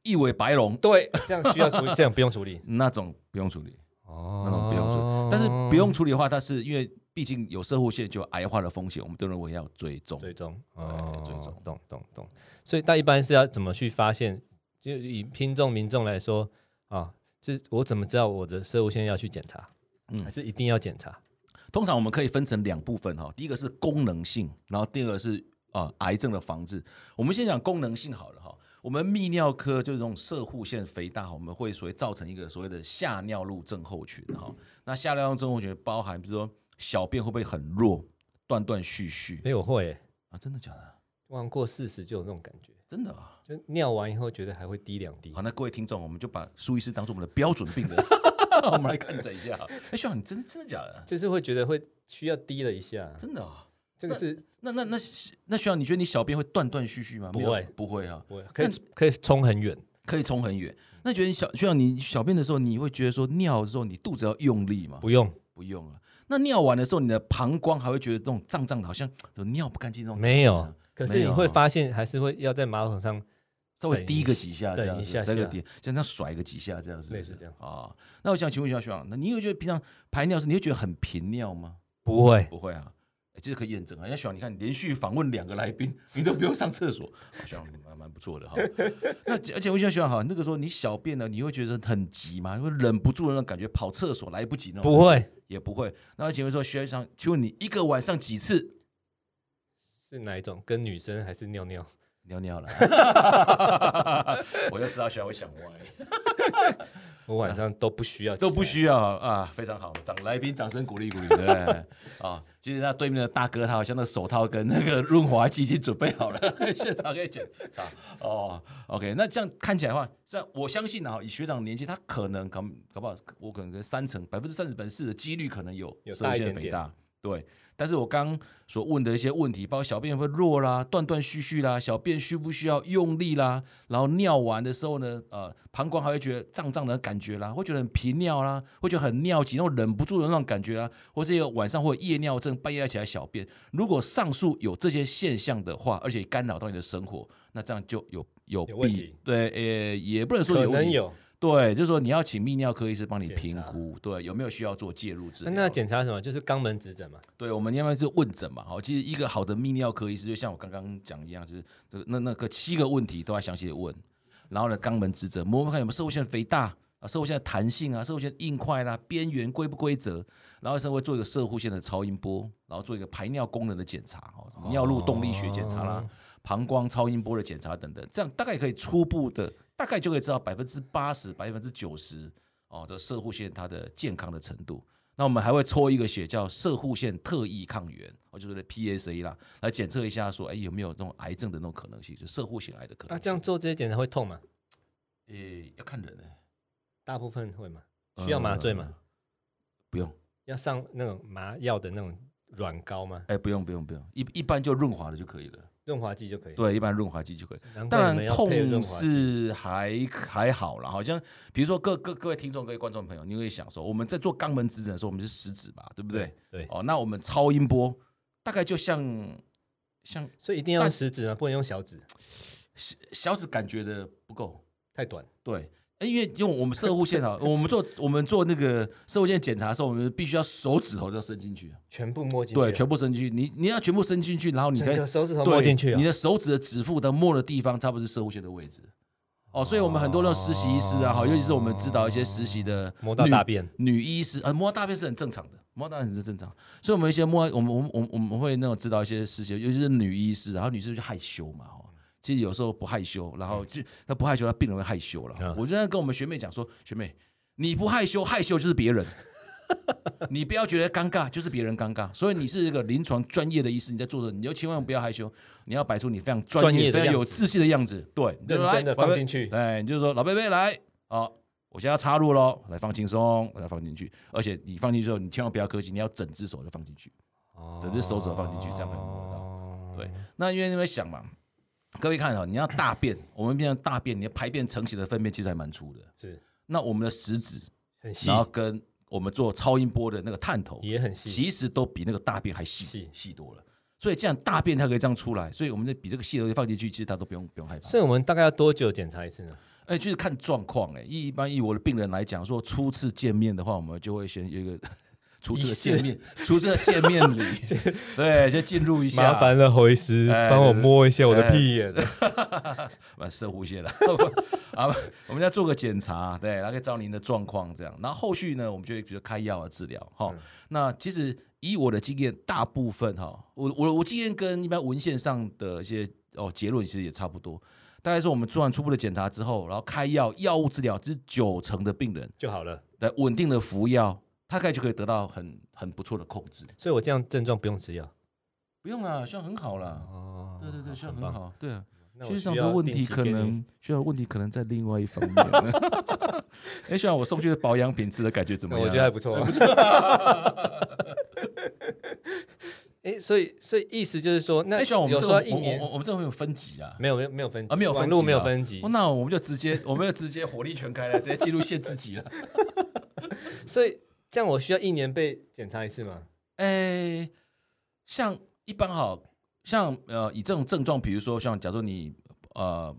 [SPEAKER 2] 一尾白龙
[SPEAKER 1] 对这样需要 处理，这样不用处理
[SPEAKER 2] 那种不用处理，
[SPEAKER 1] 哦
[SPEAKER 2] 那种不用处理。但是 不用处理的话，它是因为毕竟有射护腺就有癌化的风险，我们都认为要追踪。
[SPEAKER 1] 追踪
[SPEAKER 2] 对
[SPEAKER 1] 哦，
[SPEAKER 2] 追踪
[SPEAKER 1] 懂懂懂。所以，但一般是要怎么去发现？就以听众民众来说啊，是我怎么知道我的射物线要去检查？
[SPEAKER 2] 嗯
[SPEAKER 1] 还是一定要检查？
[SPEAKER 2] 通常我们可以分成两部分哈，第一个是功能性，然后第二个是呃癌症的防治。我们先讲功能性好了哈。我们泌尿科就是这种射护腺肥大，我们会所谓造成一个所谓的下尿路症候群哈。那下尿路症候群包含比如说小便会不会很弱、断断续续
[SPEAKER 1] 哎，我会耶，
[SPEAKER 2] 啊？真的假的？
[SPEAKER 1] 往过四十就有那种感觉，
[SPEAKER 2] 真的啊！
[SPEAKER 1] 就尿完以后觉得还会滴两滴
[SPEAKER 2] 好，。那各位听众，我们就把苏医师当做我们的标准病人， 我们来看诊一下。哎，徐长，你真真的假的？
[SPEAKER 1] 就是会觉得会需要滴了一下，
[SPEAKER 2] 真的啊？
[SPEAKER 1] 这个是
[SPEAKER 2] 那那那那徐长，你觉得你小便会断断续续吗？
[SPEAKER 1] 不
[SPEAKER 2] 没有
[SPEAKER 1] 会
[SPEAKER 2] 不会哈。
[SPEAKER 1] 我可以可以冲很远，
[SPEAKER 2] 可以冲很远。那觉得你小，就像你小便的时候，你会觉得说尿的时候，你肚子要用力吗？
[SPEAKER 1] 不用
[SPEAKER 2] 不用啊。那尿完的时候，你的膀胱还会觉得那种胀胀的，好像有尿不干净那种，
[SPEAKER 1] 没有
[SPEAKER 2] 嗯，
[SPEAKER 1] 可
[SPEAKER 2] 没
[SPEAKER 1] 是你
[SPEAKER 2] 有
[SPEAKER 1] 会
[SPEAKER 2] 哈
[SPEAKER 1] 发现还是会要在马桶上
[SPEAKER 2] 稍微
[SPEAKER 1] 等
[SPEAKER 2] 滴
[SPEAKER 1] 一
[SPEAKER 2] 个
[SPEAKER 1] 下
[SPEAKER 2] 几下这
[SPEAKER 1] 等
[SPEAKER 2] 样
[SPEAKER 1] 一
[SPEAKER 2] 子，
[SPEAKER 1] 下
[SPEAKER 2] 稍微
[SPEAKER 1] 下
[SPEAKER 2] 滴，像这样甩个几下这样是不
[SPEAKER 1] 类
[SPEAKER 2] 是
[SPEAKER 1] 似这样
[SPEAKER 2] 啊。那我想请问一下徐朗，那你有觉得平常排尿的时候，你会觉得很频尿吗？
[SPEAKER 1] 不会，
[SPEAKER 2] 不会啊。哎这个可以验证啊！人家徐朗，你看连续访问两个来宾，你都不用上厕所，啊徐朗蛮蛮不错的哈。那而且我想徐朗哈，那个时候你小便呢，你会觉得很急吗？会忍不住的那种感觉，跑厕所来不及那种。
[SPEAKER 1] 不会
[SPEAKER 2] 也不会。那请问说，学长，请问你一个晚上几次
[SPEAKER 1] 是哪一种？跟女生还是尿尿？
[SPEAKER 2] 尿尿了？ 我就知道学长会想歪，
[SPEAKER 1] 我晚上都不需要起来，
[SPEAKER 2] 啊都不需要啊，非常好，掌来宾掌声鼓励鼓励，对不 对？啊，其实他对面的大哥，他好像那手套跟那个润滑剂已经准备好了， 现场可以检查。哦，OK，那这样看起来的话，像我相信啊，以学长的年纪，他可能搞搞不好，我可能跟三成百分之三十本四的几率可能有
[SPEAKER 1] 有
[SPEAKER 2] 射
[SPEAKER 1] 大一
[SPEAKER 2] 腺
[SPEAKER 1] 点
[SPEAKER 2] 肥
[SPEAKER 1] 点
[SPEAKER 2] 大。对，但是我刚所问的一些问题，包括小便会弱啦、断断续续啦、小便需不需要用力啦，然后尿完的时候呢，呃，膀胱还会觉得胀胀的感觉啦，会觉得很频尿啦，会觉得很尿急，那种忍不住的那种感觉啦，或是有晚上会有夜尿症，半夜起来小便。如果上述有这些现象的话，而且干扰到你的生活，那这样就有有
[SPEAKER 1] 有问
[SPEAKER 2] 弊
[SPEAKER 1] 题
[SPEAKER 2] 对，呃，也不能说
[SPEAKER 1] 可
[SPEAKER 2] 有问
[SPEAKER 1] 能
[SPEAKER 2] 题，
[SPEAKER 1] 有。
[SPEAKER 2] 对，就是说你要请泌尿科医师帮你
[SPEAKER 1] 检
[SPEAKER 2] 评
[SPEAKER 1] 查
[SPEAKER 2] 估，对，有没有需要做介入治
[SPEAKER 1] 那
[SPEAKER 2] 疗。
[SPEAKER 1] 那检查什么？就是肛门指诊嘛。
[SPEAKER 2] 对，我们要不然就问诊嘛。好，其实一个好的泌尿科医师，就像我刚刚讲一样，就是这个那那个七个问题都要详细的问。然后呢，肛门指诊，摸摸看有没有射物腺肥大啊，射物腺的弹性啊，射物腺硬块啦、边缘规不规则。然后医生会做一个射护腺的超音波，然后做一个排尿功能的检查，哦，什么尿路动力学检查啦、
[SPEAKER 1] 哦
[SPEAKER 2] 膀胱超音波的检查等等，这样大概可以初步的，大概就可以知道百分之八十、百分之九十哦，这射护腺它的健康的程度。那我们还会抽一个血叫射护腺特异抗原，哦，就是 PSA 啦，来检测一下说，哎，有没有这种癌症的那种可能性，就射护腺癌的可能性。
[SPEAKER 1] 那啊这样，做这些检查会痛吗？
[SPEAKER 2] 诶，要看人呢、
[SPEAKER 1] 大部分会吗？需要麻醉吗
[SPEAKER 2] 呃不用，
[SPEAKER 1] 要上那种麻药的那种软膏吗？
[SPEAKER 2] 哎，不用，不用，不用，一一般就润滑的就可以了。
[SPEAKER 1] 润滑剂就可以。
[SPEAKER 2] 对，一般润滑剂就可以。
[SPEAKER 1] 难怪
[SPEAKER 2] 当
[SPEAKER 1] 你们
[SPEAKER 2] 然
[SPEAKER 1] 要配润
[SPEAKER 2] 痛
[SPEAKER 1] 滑剂
[SPEAKER 2] 是还还好啦，好像比如说各各各位听众、各位观众朋友，你会想说，我们在做肛门指诊的时候，我们是食指嘛，对不对？
[SPEAKER 1] 对，
[SPEAKER 2] 哦，那我们超音波大概就像像
[SPEAKER 1] 所以一定要
[SPEAKER 2] 但
[SPEAKER 1] 用食指吗？不能用小指，
[SPEAKER 2] 小小指感觉的不够，
[SPEAKER 1] 太短。
[SPEAKER 2] 对。哎因为用我们射护线啊，我们做我们做那个射护线检查的时候，我们必须要手指头要伸进去，啊
[SPEAKER 1] 全部摸进去，
[SPEAKER 2] 对，全部伸进去。你你要全部伸进去，然后你
[SPEAKER 1] 整
[SPEAKER 2] 才
[SPEAKER 1] 个手指头
[SPEAKER 2] 对，
[SPEAKER 1] 摸进去啊
[SPEAKER 2] 你！的手指的指腹的摸的地方，差不多是射物线的位置。哦，所以我们很多那种实习医师啊，哈，尤其是我们指导一些实习的
[SPEAKER 1] 哦摸到
[SPEAKER 2] 女
[SPEAKER 1] 大便，
[SPEAKER 2] 女医师，呃，摸到大便是很正常的，摸到很是正常。所以我们一些摸，我们我们我们我们会那种知道一些事情，尤其是女医师，然后女医师就害羞嘛，哦。其实有时候不害羞，然后就她不害羞，她病人会害羞了。
[SPEAKER 1] 嗯
[SPEAKER 2] 我就在跟我们学妹讲说，学妹，你不害羞，害羞就是 别人。你不要觉得尴尬，就是别人尴尬。所以你是一个临床专业的医师，你在做的，你就千万不要害羞，你要摆出你非常专
[SPEAKER 1] 专
[SPEAKER 2] 业、
[SPEAKER 1] 业的
[SPEAKER 2] 非常
[SPEAKER 1] 样
[SPEAKER 2] 有自信的样子。对，你就
[SPEAKER 1] 认
[SPEAKER 2] 来
[SPEAKER 1] 真的
[SPEAKER 2] 宝贝
[SPEAKER 1] 放进去，
[SPEAKER 2] 哎对，你就说老贝贝来，好、我现在要插入喽，来放轻松，把它放进去。而且你放进去之后，你千万不要客气，你要整只手就放进去。
[SPEAKER 1] 哦
[SPEAKER 2] 整只手指头放进去这样才能摸得
[SPEAKER 1] 到
[SPEAKER 2] 对，那因为你会想嘛，各位看啊、你要大便，我们平常大便，你的排便成型的粪便其实还蛮粗的。
[SPEAKER 1] 是
[SPEAKER 2] 那我们的食指，
[SPEAKER 1] 很细
[SPEAKER 2] 然，后跟我们做超音波的那个探头，
[SPEAKER 1] 也很细，
[SPEAKER 2] 其实都比那个大便还
[SPEAKER 1] 细
[SPEAKER 2] 细细多了。所以这样大便它可以这样出来，所以我们就比这个细的东西放进去，其实大家都不用不用害怕。
[SPEAKER 1] 所以我们大概要多久检查一次呢？
[SPEAKER 2] 哎、就是看状况哎。一般以我的病人来讲，说初次见面的话，我们就会先有一个 初次的见面，初次的见面 礼，对，就进入一下，
[SPEAKER 1] 麻烦了，侯医师，
[SPEAKER 2] 哎
[SPEAKER 1] 帮我摸一下我的
[SPEAKER 2] 哎
[SPEAKER 1] 屁眼。
[SPEAKER 2] 啊，射弧线了 啊，我们要做个检查，对，然后可以照您的状况这样，然后后续呢，我们就会比如开药啊治疗哈。
[SPEAKER 1] 嗯
[SPEAKER 2] 那其实以我的经验，大部分哈，我我我经验跟一般文献上的一些哦结论其实也差不多。大概说我们做完初步的检查之后，然后开药药物治疗，这是九成的病人
[SPEAKER 1] 就好了。
[SPEAKER 2] 来稳定的服药，大概就可以得到很很不错的控制。
[SPEAKER 1] 所以我这样症状不用吃药。
[SPEAKER 2] 不用啦，效很好啦。
[SPEAKER 1] 哦
[SPEAKER 2] 对对对，效很
[SPEAKER 1] 棒。
[SPEAKER 2] 好，对啊。
[SPEAKER 1] 那我
[SPEAKER 2] 学长
[SPEAKER 1] 需
[SPEAKER 2] 的
[SPEAKER 1] 要
[SPEAKER 2] 问
[SPEAKER 1] 定
[SPEAKER 2] 题
[SPEAKER 1] 期
[SPEAKER 2] 可
[SPEAKER 1] 给你
[SPEAKER 2] 能，学长问题可能在另外一方面。 哎，学长，我送去的保养品质的感觉怎么样？
[SPEAKER 1] 我觉得还 不错。哎，所以所以意思就是说，那
[SPEAKER 2] 哎，学长，我们
[SPEAKER 1] 有
[SPEAKER 2] 这
[SPEAKER 1] 说要
[SPEAKER 2] 个
[SPEAKER 1] 一
[SPEAKER 2] 我我
[SPEAKER 1] 年
[SPEAKER 2] 我我们这个会有分级啊。
[SPEAKER 1] 没有没有没有分级
[SPEAKER 2] 啊没有分
[SPEAKER 1] 网
[SPEAKER 2] 级
[SPEAKER 1] 络没有
[SPEAKER 2] 啊
[SPEAKER 1] 分级
[SPEAKER 2] 哦，那我们就直接，我们就直接火力全开了，直接进入限制级了。
[SPEAKER 1] 所以这样我需要一年被检查一次吗？
[SPEAKER 2] 哎，像一般哈，像呃，以这种症状，比如说像，假如你呃，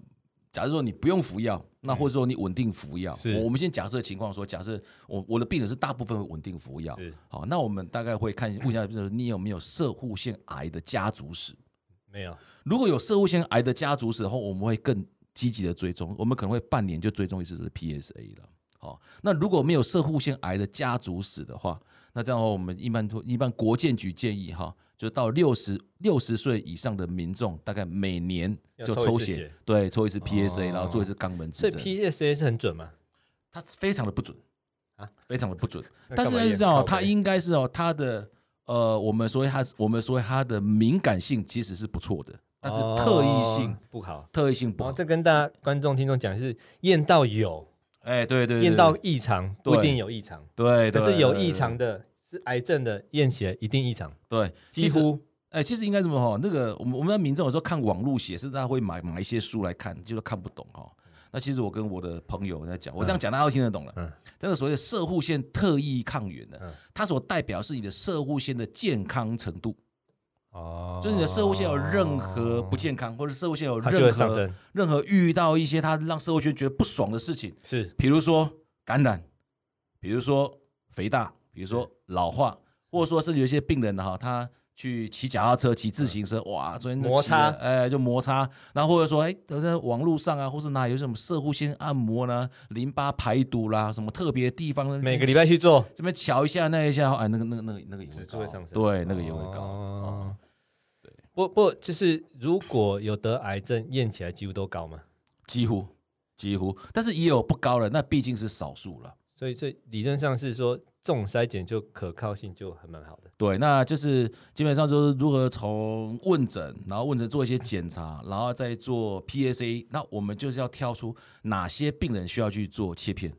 [SPEAKER 2] 假如说你不用服药，那或者说你稳定服药，
[SPEAKER 1] 嗯是
[SPEAKER 2] 我我们先假设情况说，假设我我的病人是大部分会稳定服药，
[SPEAKER 1] 是
[SPEAKER 2] 好，那我们大概会看问一下，就是你有没有射护腺癌的家族史？
[SPEAKER 1] 没有
[SPEAKER 2] 如果有射护腺癌的家族史后，我们会更积极的追踪，我们可能会半年就追踪一次就是 PSA 了。好，那如果没有射护腺癌的家族史的话，那这样的话，我们一般都一般国健局建议哈，就到六十六十岁以上的民众，大概每年
[SPEAKER 1] 要
[SPEAKER 2] 就
[SPEAKER 1] 抽一
[SPEAKER 2] 抽
[SPEAKER 1] 次
[SPEAKER 2] 血，
[SPEAKER 1] 血
[SPEAKER 2] 对，抽一次 PSA，、
[SPEAKER 1] 哦
[SPEAKER 2] 然后做一次肛门
[SPEAKER 1] 所
[SPEAKER 2] 指
[SPEAKER 1] 以
[SPEAKER 2] 诊，
[SPEAKER 1] PSA 是很准吗？
[SPEAKER 2] 它非常的不准
[SPEAKER 1] 啊
[SPEAKER 2] 啊，非常的不准。
[SPEAKER 1] 那
[SPEAKER 2] 但
[SPEAKER 1] 干
[SPEAKER 2] 是
[SPEAKER 1] 嘛
[SPEAKER 2] 要
[SPEAKER 1] 验
[SPEAKER 2] 知道，
[SPEAKER 1] 靠
[SPEAKER 2] 它
[SPEAKER 1] 背
[SPEAKER 2] 应该是哦，它的呃，我们所谓它，我们所谓它的敏感性其实是不错的，但是特异性、
[SPEAKER 1] 哦不好。
[SPEAKER 2] 特异性不
[SPEAKER 1] 然
[SPEAKER 2] 好
[SPEAKER 1] 后。再跟大家观众听众讲，就是验到有，
[SPEAKER 2] 哎，对对，对
[SPEAKER 1] 验到异常不一
[SPEAKER 2] 对
[SPEAKER 1] 定有异常，
[SPEAKER 2] 对，
[SPEAKER 1] 可
[SPEAKER 2] 哎对
[SPEAKER 1] 是有
[SPEAKER 2] 对
[SPEAKER 1] 异
[SPEAKER 2] 对
[SPEAKER 1] 常的是癌症的，验起来一定异常，
[SPEAKER 2] 对，
[SPEAKER 1] 几
[SPEAKER 2] 其实
[SPEAKER 1] 乎
[SPEAKER 2] 哎，其实应该这么哈，那个我们我们的民众有时候看网络写，是大家会买买一些书来看，就是看不懂哈。那其实我跟我的朋友在讲，我这样讲大家都听得懂了。
[SPEAKER 1] 嗯
[SPEAKER 2] 嗯，但是所谓的射护腺特异抗原呢，
[SPEAKER 1] 嗯
[SPEAKER 2] 它所代表是你的射护腺的健康程度，
[SPEAKER 1] 哦
[SPEAKER 2] 就是你的射护腺有任何不健康，或者射护腺有
[SPEAKER 1] 它就会
[SPEAKER 2] 任
[SPEAKER 1] 上
[SPEAKER 2] 何
[SPEAKER 1] 升，
[SPEAKER 2] 任何遇到一些它让社会圈觉得不爽的事情，
[SPEAKER 1] 是
[SPEAKER 2] 比如说感染，比如说肥大，比如说老化，或者说甚至有一些病人哈，他去骑脚踏车、骑自行车，哇，昨天就
[SPEAKER 1] 嗯
[SPEAKER 2] 骑
[SPEAKER 1] 摩擦
[SPEAKER 2] 了哎，就摩擦，然后或者说，哎，等在网络上啊，或是哪有什么射护线按摩啦、淋巴排毒啦，什么特别地方呢，
[SPEAKER 1] 每个礼拜去做，
[SPEAKER 2] 这边瞧一下那一下，哎，那个那个那个那个也
[SPEAKER 1] 指
[SPEAKER 2] 会
[SPEAKER 1] 数会
[SPEAKER 2] 高，
[SPEAKER 1] 上升，
[SPEAKER 2] 对，那个也会
[SPEAKER 1] 哦
[SPEAKER 2] 高。哦
[SPEAKER 1] 对
[SPEAKER 2] 对，
[SPEAKER 1] 不不，就是如果有得癌症，验起来几乎都高嘛，
[SPEAKER 2] 几乎几乎，但是也有不高的，那毕竟是少数了。
[SPEAKER 1] 所以所以理论上是说，这种筛检就可靠性就还蛮好的。
[SPEAKER 2] 对，那就是基本上就是如何从问诊，然后问诊做一些检查，然后再做 PSA。那我们就是要挑出哪些病人需要去做切片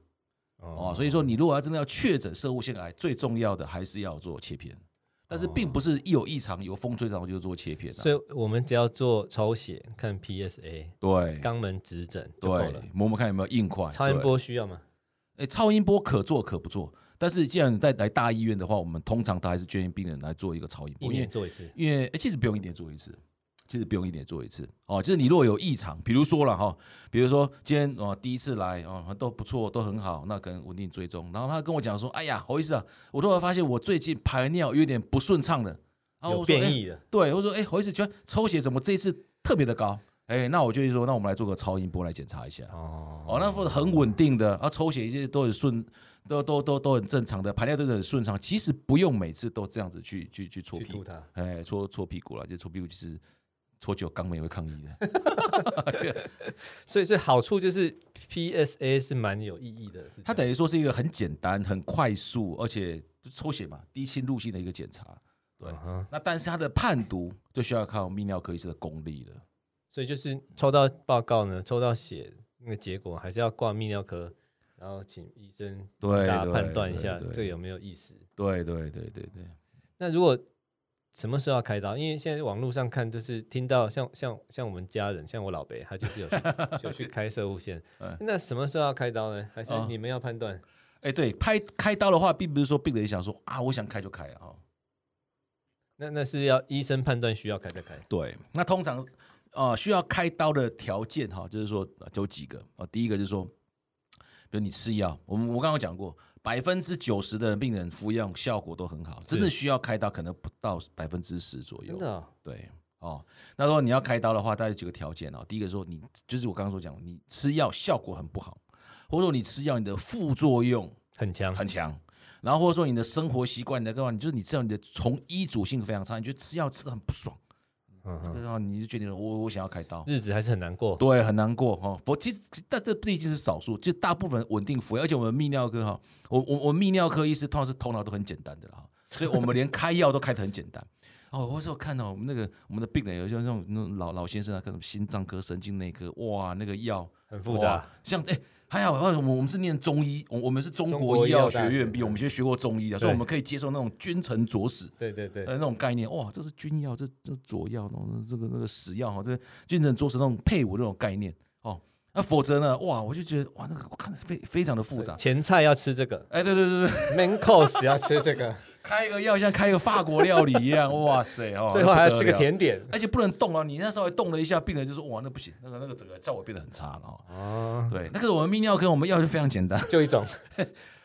[SPEAKER 2] 哦。所以说，你如果要真的要确诊射物腺癌，最重要的还是要做切片。但
[SPEAKER 1] 哦
[SPEAKER 2] 是并不是一有异常、有风吹草动就做切片、啊，
[SPEAKER 1] 所以我们只要做抽血、看 PSA、
[SPEAKER 2] 对
[SPEAKER 1] 肛门指诊就够
[SPEAKER 2] 对
[SPEAKER 1] 了。，
[SPEAKER 2] 摸摸看有没有硬块。
[SPEAKER 1] 超音
[SPEAKER 2] 对
[SPEAKER 1] 波需要吗？
[SPEAKER 2] 诶，超音波可做可不做，但是既然你在来大医院的话，我们通常都还是建议病人来做一个超音
[SPEAKER 1] 一
[SPEAKER 2] 波，因为
[SPEAKER 1] 年做一次。
[SPEAKER 2] 因为、诶哎其实不用一年做一次，其实不用一年做一次哦，就是你如果有异常，比如说了哈、比如说今天哦第一次来哦都不错，都很好，那可能稳定追踪，然后他跟我讲说，哎呀，好意思啊，我突然发现我最近排尿有点不顺畅了，然后
[SPEAKER 1] 有
[SPEAKER 2] 啊我说，
[SPEAKER 1] 变
[SPEAKER 2] 诶
[SPEAKER 1] 异的，
[SPEAKER 2] 对，我说，哎，好意思，觉得抽血怎么这一次特别的高？哎，那我就会说，那我们来做个超音波来检查一下。
[SPEAKER 1] 哦
[SPEAKER 2] 哦，那或者很稳定的，啊，抽血一些都是顺都都都都很正常的，排列都是很顺畅。其实不用每次都这样子去去去搓
[SPEAKER 1] 去
[SPEAKER 2] 屁
[SPEAKER 1] 吐
[SPEAKER 2] 股，
[SPEAKER 1] 它。
[SPEAKER 2] 哎，搓搓屁股了，就搓屁股其实搓久肛门也会抗议的。
[SPEAKER 1] 所以，所以好处就是 PSA 是蛮有意义的。是这样
[SPEAKER 2] 它等于说是一个很简单、很快速，而且就抽血嘛，低侵入性的一个检查。对
[SPEAKER 1] 嗯哼
[SPEAKER 2] 那但是它的判读就需要靠泌尿科医师的功力了。
[SPEAKER 1] 所以就是抽到报告呢，抽到血那个结果，还是要挂泌尿科，然后请医生
[SPEAKER 2] 对，
[SPEAKER 1] 大家
[SPEAKER 2] 对
[SPEAKER 1] 判断一下
[SPEAKER 2] 对
[SPEAKER 1] 这个有没有意思。
[SPEAKER 2] 对对对对对，
[SPEAKER 1] 那如果什么时候要开刀？因为现在网络上看，就是听到像像像我们家人，像我老伯，他就是有 去有去开射物线
[SPEAKER 2] 嗯。
[SPEAKER 1] 那什么时候要开刀呢？还是
[SPEAKER 2] 哦
[SPEAKER 1] 你们要判断？
[SPEAKER 2] 哎，对，开开刀的话，并不是说病人想说啊，我想开就开啊、哦。
[SPEAKER 1] 那那是要医生判断需要开再开。
[SPEAKER 2] 对，那通常呃需要开刀的条件哈、就是说呃有几个啊、呃第一个就是说，比如你吃药，我们我刚刚有讲过，百分之九十的病人服用效果都很好，真的需要开刀可能不到百分之十左右。
[SPEAKER 1] 真的哦、
[SPEAKER 2] 对哦，那如果你要开刀的话，大概有几个条件哦。第一个说你就是我刚刚所讲，你吃药效果很不好，或者说你吃药你的副作用
[SPEAKER 1] 很强。
[SPEAKER 2] 很强。然后或者说你的生活习惯，你的干嘛？你就是你知道你的从医主性非常差，你觉得吃药吃的很不爽，
[SPEAKER 1] 嗯
[SPEAKER 2] 这个
[SPEAKER 1] 哼，
[SPEAKER 2] 时候你就决定了我我想要开刀，
[SPEAKER 1] 日子还是很难过。
[SPEAKER 2] 对，很难过哈。不，其实但这毕竟是少数，就大部分稳定服药，而且我们泌尿科哈，我我我泌尿科医师通常是头脑都很简单的了哈，所以我们连开药都开得很简单。 哦，我有时候看到我们那个我们的病人，有些那种那种老老先生啊，看什么心脏科、神经内科，哇，那个药
[SPEAKER 1] 很复杂
[SPEAKER 2] 哇，像哎、还好，我们我们是念中医，我我们是中
[SPEAKER 1] 中
[SPEAKER 2] 国
[SPEAKER 1] 国
[SPEAKER 2] 医
[SPEAKER 1] 医
[SPEAKER 2] 药
[SPEAKER 1] 药
[SPEAKER 2] 学
[SPEAKER 1] 大学
[SPEAKER 2] 院毕业，我们先学过中医啊的，所以
[SPEAKER 1] 对
[SPEAKER 2] 我们可以接受那种君臣佐使。
[SPEAKER 1] 对对对，
[SPEAKER 2] 呃，那种概念，哇，这是军药，这这左药，然后呢这个那个史药哈，这军人做成那种配伍那种概念哦。那、否则呢，哇，我就觉得哇，那个我看的非非常的复杂。
[SPEAKER 1] 前菜要吃这个
[SPEAKER 2] 哎，对对对对，
[SPEAKER 1] ，main course 要吃这个，
[SPEAKER 2] 开一个药像开一个法国料理一样，哇塞哦，
[SPEAKER 1] 最后还要吃个
[SPEAKER 2] 甜，
[SPEAKER 1] 甜点。
[SPEAKER 2] 而且不能动啊，你那稍微动了一下，病人就说哇，那不行，那个那个整个效果变得很差了哦。
[SPEAKER 1] 哦，
[SPEAKER 2] 对，那个我们泌尿科我们药就非常简单，
[SPEAKER 1] 就一 种，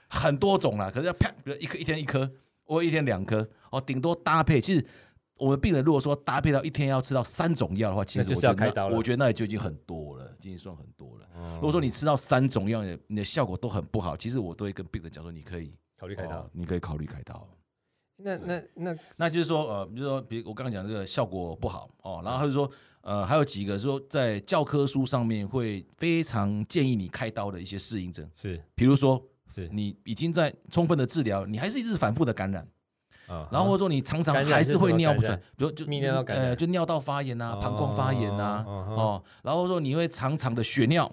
[SPEAKER 2] 很多种啦，可是要啪，比如一颗一天一颗，或一天两颗，哦，顶多搭配。其实我们病人如果说搭配到一天要吃到三种药的话，其实
[SPEAKER 1] 那就是
[SPEAKER 2] 我觉得
[SPEAKER 1] 要开刀了哦
[SPEAKER 2] 我觉得那也就已经很多了，已经算很多了。
[SPEAKER 1] 如
[SPEAKER 2] 如果说你吃到三种药，你的你的效果都很不好，其实我都会跟病人讲说，你可以
[SPEAKER 1] 考虑开
[SPEAKER 2] 哦
[SPEAKER 1] 刀，
[SPEAKER 2] 你可以考虑开刀。
[SPEAKER 1] 那那那
[SPEAKER 2] 那就是说，呃，就是说，比如我刚刚讲这个效果不好哦，然后他就说，呃，还有几个说在教科书上面会非常建议你开刀的一些适应症，
[SPEAKER 1] 是
[SPEAKER 2] 比如说
[SPEAKER 1] 是
[SPEAKER 2] 你已经在充分的治疗，你还是一直反复的感染，
[SPEAKER 1] 啊
[SPEAKER 2] 然后或者说你常常
[SPEAKER 1] 感染
[SPEAKER 2] 还是会尿不
[SPEAKER 1] 是什
[SPEAKER 2] 全
[SPEAKER 1] 么感，
[SPEAKER 2] 比如就
[SPEAKER 1] 泌尿道感染
[SPEAKER 2] 呃，就尿道发炎啊，膀胱发炎啊，
[SPEAKER 1] 哦，
[SPEAKER 2] 哦，然后说你会常常的血尿，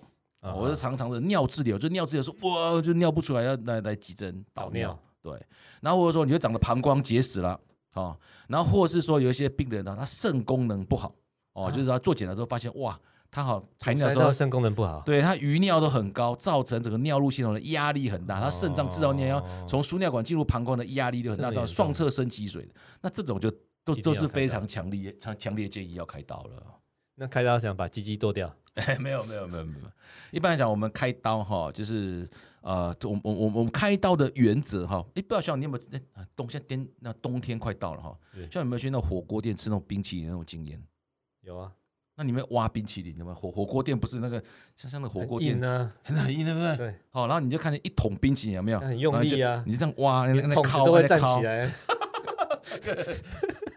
[SPEAKER 1] 嗯哼
[SPEAKER 2] 我是常常的尿滞留，就尿滞留说哇就尿不出来，要来来急诊导
[SPEAKER 1] 导
[SPEAKER 2] 尿
[SPEAKER 1] 尿，
[SPEAKER 2] 对，然后或者说你会长得膀胱结石了，哦，然后或者是说有一些病人啊呢，他肾功能不好，哦，
[SPEAKER 1] 啊
[SPEAKER 2] 就是他做检查之后发现哇，他好排
[SPEAKER 1] 排
[SPEAKER 2] 尿的时候
[SPEAKER 1] 道肾功能不好，
[SPEAKER 2] 对它余尿都很高，造成整个尿路系统的压力很大，它肾脏制造尿要
[SPEAKER 1] 哦
[SPEAKER 2] 从输尿管进入膀胱的压力就很大，
[SPEAKER 1] 这
[SPEAKER 2] 造
[SPEAKER 1] 么
[SPEAKER 2] 成
[SPEAKER 1] 严重
[SPEAKER 2] 双侧升积水的。那这种就都
[SPEAKER 1] 一定
[SPEAKER 2] 都
[SPEAKER 1] 要
[SPEAKER 2] 是
[SPEAKER 1] 开
[SPEAKER 2] 非
[SPEAKER 1] 刀
[SPEAKER 2] 常强烈、强强烈建议要开刀了。哦
[SPEAKER 1] 那开刀想把鸡鸡剁掉，
[SPEAKER 2] 哎，没有没有没有没有，一般来讲，我们开刀哈，就是呃，我我我我们开刀的原则哈，哎，不知道像你有没有哎啊冬现在天那冬天快到了哈，
[SPEAKER 1] 是
[SPEAKER 2] 像有没有去那种火锅店吃那种冰淇淋那种经验？
[SPEAKER 1] 有啊，
[SPEAKER 2] 那你们挖冰淇淋，有没有火火锅店不是那个像像那个火
[SPEAKER 1] 很
[SPEAKER 2] 锅
[SPEAKER 1] 硬
[SPEAKER 2] 店
[SPEAKER 1] 啊，
[SPEAKER 2] 很硬，对不对？
[SPEAKER 1] 对，
[SPEAKER 2] 好，然后你就看见一桶冰淇淋有没有？
[SPEAKER 1] 那很用力啊
[SPEAKER 2] 然后就你这样挖，那
[SPEAKER 1] 连
[SPEAKER 2] 那
[SPEAKER 1] 桶子
[SPEAKER 2] 靠，
[SPEAKER 1] 都会
[SPEAKER 2] 那
[SPEAKER 1] 站
[SPEAKER 2] 靠
[SPEAKER 1] 起，来，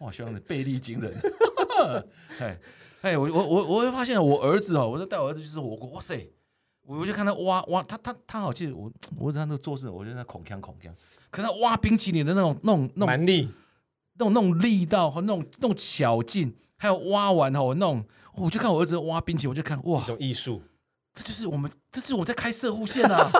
[SPEAKER 2] 哇，兄弟背力惊人。 哎哎，我我我我会发现我儿子哦，我就带我儿子去吃火锅，哇塞，我就看他挖挖，他他他好记得我，我儿子他那个做事，我觉得他恐腔恐腔，可他挖冰淇淋的那种那种那种
[SPEAKER 1] 蛮力，
[SPEAKER 2] 那种那种力道和那种那种巧劲，还有挖完哈，我那种，我就看我儿子挖冰淇淋，我就看哇
[SPEAKER 1] 一，种艺术，
[SPEAKER 2] 这就是我们，这就是我们在开射户线啊。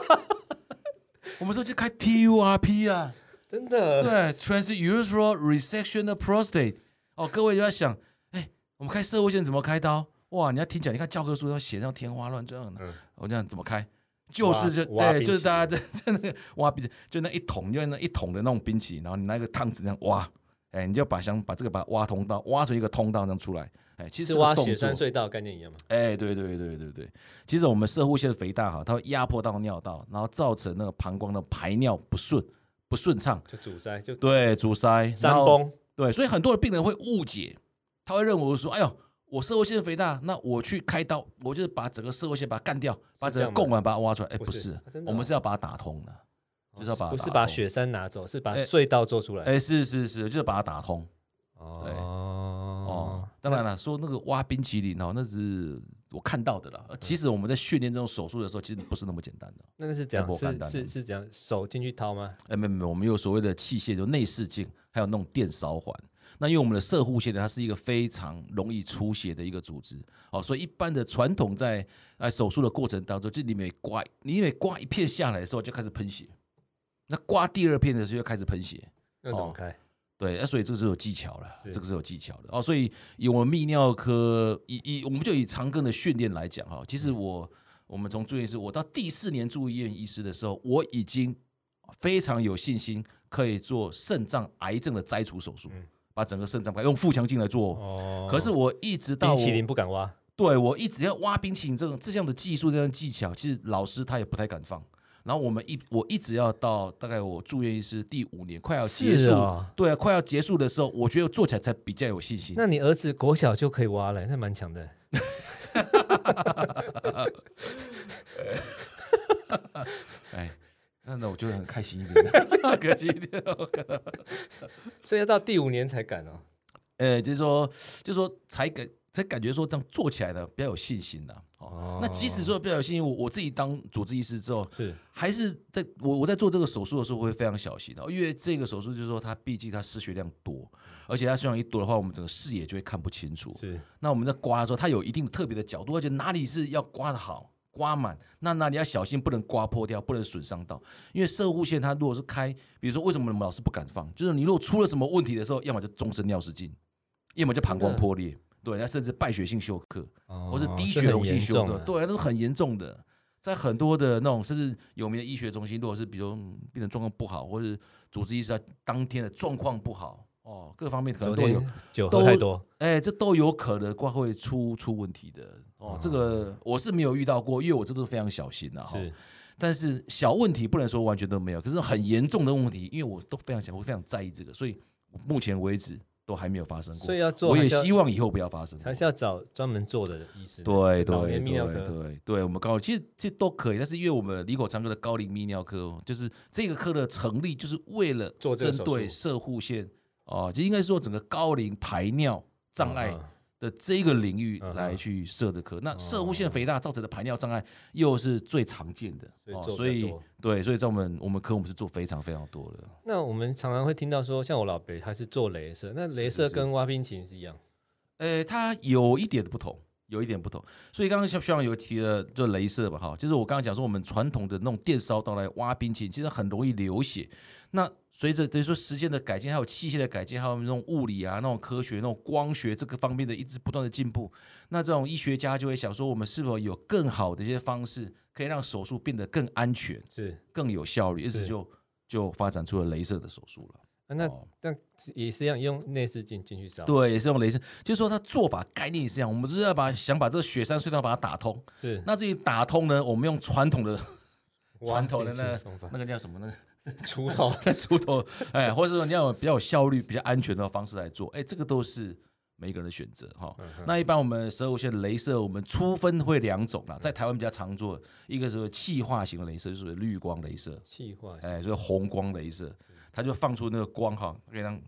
[SPEAKER 2] 我们说就开 TURP 啊，
[SPEAKER 1] 真 的，
[SPEAKER 2] 对，transural resection of prostate。哦，各位就要想，哎，我们开射户线怎么开刀？哇，你要听讲，你看教科书上写那种天花乱坠，
[SPEAKER 1] 嗯
[SPEAKER 2] 我这样怎么开？就是这，
[SPEAKER 1] 挖
[SPEAKER 2] 对，
[SPEAKER 1] 冰淇淋
[SPEAKER 2] 就是大家 在在那个挖冰淇淋，就那一桶，就那一桶的那种冰淇淋，然后你拿一个汤匙这样挖，哎，你就把想把这个把它挖通道，挖出一个通道这样出来，哎，其实这
[SPEAKER 1] 是
[SPEAKER 2] 个
[SPEAKER 1] 挖
[SPEAKER 2] 动
[SPEAKER 1] 雪山
[SPEAKER 2] 作
[SPEAKER 1] 隧道概念一样嘛，
[SPEAKER 2] 哎，对对对对对，其实我们射护腺肥大哈，它会压迫到尿道，然后造成那个膀胱的排尿不顺不顺畅，
[SPEAKER 1] 就阻塞就
[SPEAKER 2] 对，阻塞，
[SPEAKER 1] 山
[SPEAKER 2] 然后，
[SPEAKER 1] 崩，
[SPEAKER 2] 对，所以很多的病人会误解，他会认为说，哎呦，我射护腺肥大，那我去开刀，我就是把整个射护腺把它干掉，把
[SPEAKER 1] 这
[SPEAKER 2] 整个
[SPEAKER 1] 样吗
[SPEAKER 2] 贡丸把它挖出来，哎，
[SPEAKER 1] 不
[SPEAKER 2] 不
[SPEAKER 1] 是
[SPEAKER 2] 是
[SPEAKER 1] 啊，真的
[SPEAKER 2] 我们
[SPEAKER 1] 哦
[SPEAKER 2] 是要把它打通的。就是要把它
[SPEAKER 1] 不是
[SPEAKER 2] 打
[SPEAKER 1] 把
[SPEAKER 2] 通
[SPEAKER 1] 雪山拿走，是把
[SPEAKER 2] 哎
[SPEAKER 1] 隧道做出来。
[SPEAKER 2] 哎，是是是，就是把它打通对
[SPEAKER 1] 哦
[SPEAKER 2] 哦。当然了，说那个挖冰淇淋哦，那是我看到的了。其实我们在训练这种手术的时候，其实不是那么简单的。
[SPEAKER 1] 那那是怎样
[SPEAKER 2] 那？不简
[SPEAKER 1] 是
[SPEAKER 2] 单
[SPEAKER 1] 是是怎样？手进去掏吗？
[SPEAKER 2] 哎，没有没有，我们有所谓的器械，就内视镜，还有那种电烧环。那因为我们的射护线呢，它是一个非常容易出血的一个组织哦，所以一般的传统在哎手术的过程当中，就你每刮你每刮一片下来的时候就开始喷血，那刮第二片的时候就开始喷血，
[SPEAKER 1] 那怎么
[SPEAKER 2] 哦
[SPEAKER 1] 开？
[SPEAKER 2] 对，那、所以这个是有技巧了，
[SPEAKER 1] 是
[SPEAKER 2] 这个是有技巧的哦。所以以我们泌尿科，以以我们就以长庚的训练来讲哈，
[SPEAKER 1] 嗯
[SPEAKER 2] 其实我、我们从住院医师，我到第四年住院医师的时候，我已经非常有信心可以做肾脏癌症的摘除手术，把整个肾脏用腹腔镜来做。
[SPEAKER 1] 嗯哦
[SPEAKER 2] 可是我一直到
[SPEAKER 1] 冰
[SPEAKER 2] 我
[SPEAKER 1] 淇淋不敢挖，
[SPEAKER 2] 对我一直要挖冰淇淋这种这样的技术、这样的技巧，其实老师他也不太敢放。然后我们一我一直要到大概我住院医师第五年快要结
[SPEAKER 1] 是
[SPEAKER 2] 束，
[SPEAKER 1] 哦。
[SPEAKER 2] 对啊，快要结束的时候，我觉得做起来才比较有信心。
[SPEAKER 1] 那你儿子国小就可以挖了，那蛮强的。
[SPEAKER 2] 哎，那那我就很开心一 点，开心一点。
[SPEAKER 1] 所以要到第五年才敢哦。
[SPEAKER 2] 呃，就是说，就是说，才感才感觉说这样做起来的比较有信心的、哦，
[SPEAKER 1] 哦
[SPEAKER 2] 那即使说比较有信心，我我自己当主治医师之后，
[SPEAKER 1] 是
[SPEAKER 2] 还是在我我在做这个手术的时候会非常小心的、啊因为这个手术就是说，它毕竟它失血量多，而且它失血量一多的话，我们整个视野就会看不清楚。
[SPEAKER 1] 是
[SPEAKER 2] 那我们在刮的时候，它有一定特别的角度，而且哪里是要刮的好，刮满，那哪里要小心，不能刮破掉，不能损伤到。因为射护线它如果是开，比如说为什么我们老师不敢放，就是你如果出了什么问题的时候，要么就终身尿失禁，要么就膀胱破裂，对，那甚至败血性休克，
[SPEAKER 1] 哦
[SPEAKER 2] 或是低
[SPEAKER 1] 这
[SPEAKER 2] 血
[SPEAKER 1] 很
[SPEAKER 2] 溶性
[SPEAKER 1] 严
[SPEAKER 2] 休
[SPEAKER 1] 重
[SPEAKER 2] 克，
[SPEAKER 1] 啊
[SPEAKER 2] 对，那是很严重的。在很多的那种甚至有名的医学中心，如果是比如说嗯病人状况不好，或是主治医师他当天的状况不好，哦，各方面可
[SPEAKER 1] 昨
[SPEAKER 2] 能都有
[SPEAKER 1] 天酒喝太
[SPEAKER 2] 都
[SPEAKER 1] 多，
[SPEAKER 2] 哎，这都有可能挂会出出问题的哦。这个我是没有遇到过，因为我这都非常小心的、哈。
[SPEAKER 1] 是
[SPEAKER 2] 但是小问题不能说完全都没有，可是很严重的问题，因为我都非常想，我非常在意这个，所以目前为止都还没有发生过。
[SPEAKER 1] 所以要做
[SPEAKER 2] 我
[SPEAKER 1] 还
[SPEAKER 2] 也
[SPEAKER 1] 是要
[SPEAKER 2] 希望以后不要发生过。
[SPEAKER 1] 还是要找专门做的医师。
[SPEAKER 2] 对
[SPEAKER 1] 就老
[SPEAKER 2] 对
[SPEAKER 1] 年泌尿
[SPEAKER 2] 对
[SPEAKER 1] 科
[SPEAKER 2] 对对，我们高其实这都可以，但是因为我们李口长科的高龄泌尿科哦，就是这个科的成立，就是为了
[SPEAKER 1] 做这个
[SPEAKER 2] 针
[SPEAKER 1] 手术
[SPEAKER 2] 对射护线哦，就应该是说整个高龄排尿障碍
[SPEAKER 1] 嗯
[SPEAKER 2] 的这个领域
[SPEAKER 1] 嗯哼哦
[SPEAKER 2] 来去射的科。那射物腺肥大造成的排尿障碍又是最常见的
[SPEAKER 1] 所以
[SPEAKER 2] 哦
[SPEAKER 1] 做比
[SPEAKER 2] 所
[SPEAKER 1] 较
[SPEAKER 2] 以
[SPEAKER 1] 多
[SPEAKER 2] 对，所以在我们我们科我们是做非常非常多的。
[SPEAKER 1] 那我们常常会听到说，像我老伯他是做镭射，那镭
[SPEAKER 2] 是
[SPEAKER 1] 射
[SPEAKER 2] 是
[SPEAKER 1] 跟挖冰淇淋是一样，
[SPEAKER 2] 呃，它有一点不同，有一点不同。所以刚刚像徐阳有提了，就镭射嘛，哈，就是我刚刚讲说，我们传统的那种电烧刀来挖冰淇淋，其实很容易流血。那随着等于说时间的改进，还有器械的改进，还有那种物理啊、那种科学、那种光学这个方面的一直不断的进步，那这种医学家就会想说，我们是否有更好的一些方式，可以让手术变得更安全、
[SPEAKER 1] 是
[SPEAKER 2] 更有效率，因此
[SPEAKER 1] 是
[SPEAKER 2] 就就发展出了镭射的手术了。
[SPEAKER 1] 啊那
[SPEAKER 2] 哦
[SPEAKER 1] 也是一样用内视镜进去烧，
[SPEAKER 2] 对，也是用镭射，就是说它做法概念也是一样，我们就是要把想把这个雪山隧道把它打通。
[SPEAKER 1] 是
[SPEAKER 2] 那至于打通呢，我们用传统的
[SPEAKER 1] 挖
[SPEAKER 2] 传统的
[SPEAKER 1] 冰淇淋
[SPEAKER 2] 那
[SPEAKER 1] 方法
[SPEAKER 2] 那个叫什么呢？
[SPEAKER 1] 锄头
[SPEAKER 2] 锄头，哎，或者说你要有比较有效率、比较安全的方式来做，哎，这个都是每一个人的选择哈。那一般我们蛇无线镭射，我们初分会两种啦，在台湾比较常做，一个是气化型的镭射，就是绿光镭射，
[SPEAKER 1] 气化是
[SPEAKER 2] 哎，就是红光镭射，它就放出那个光哈，可以让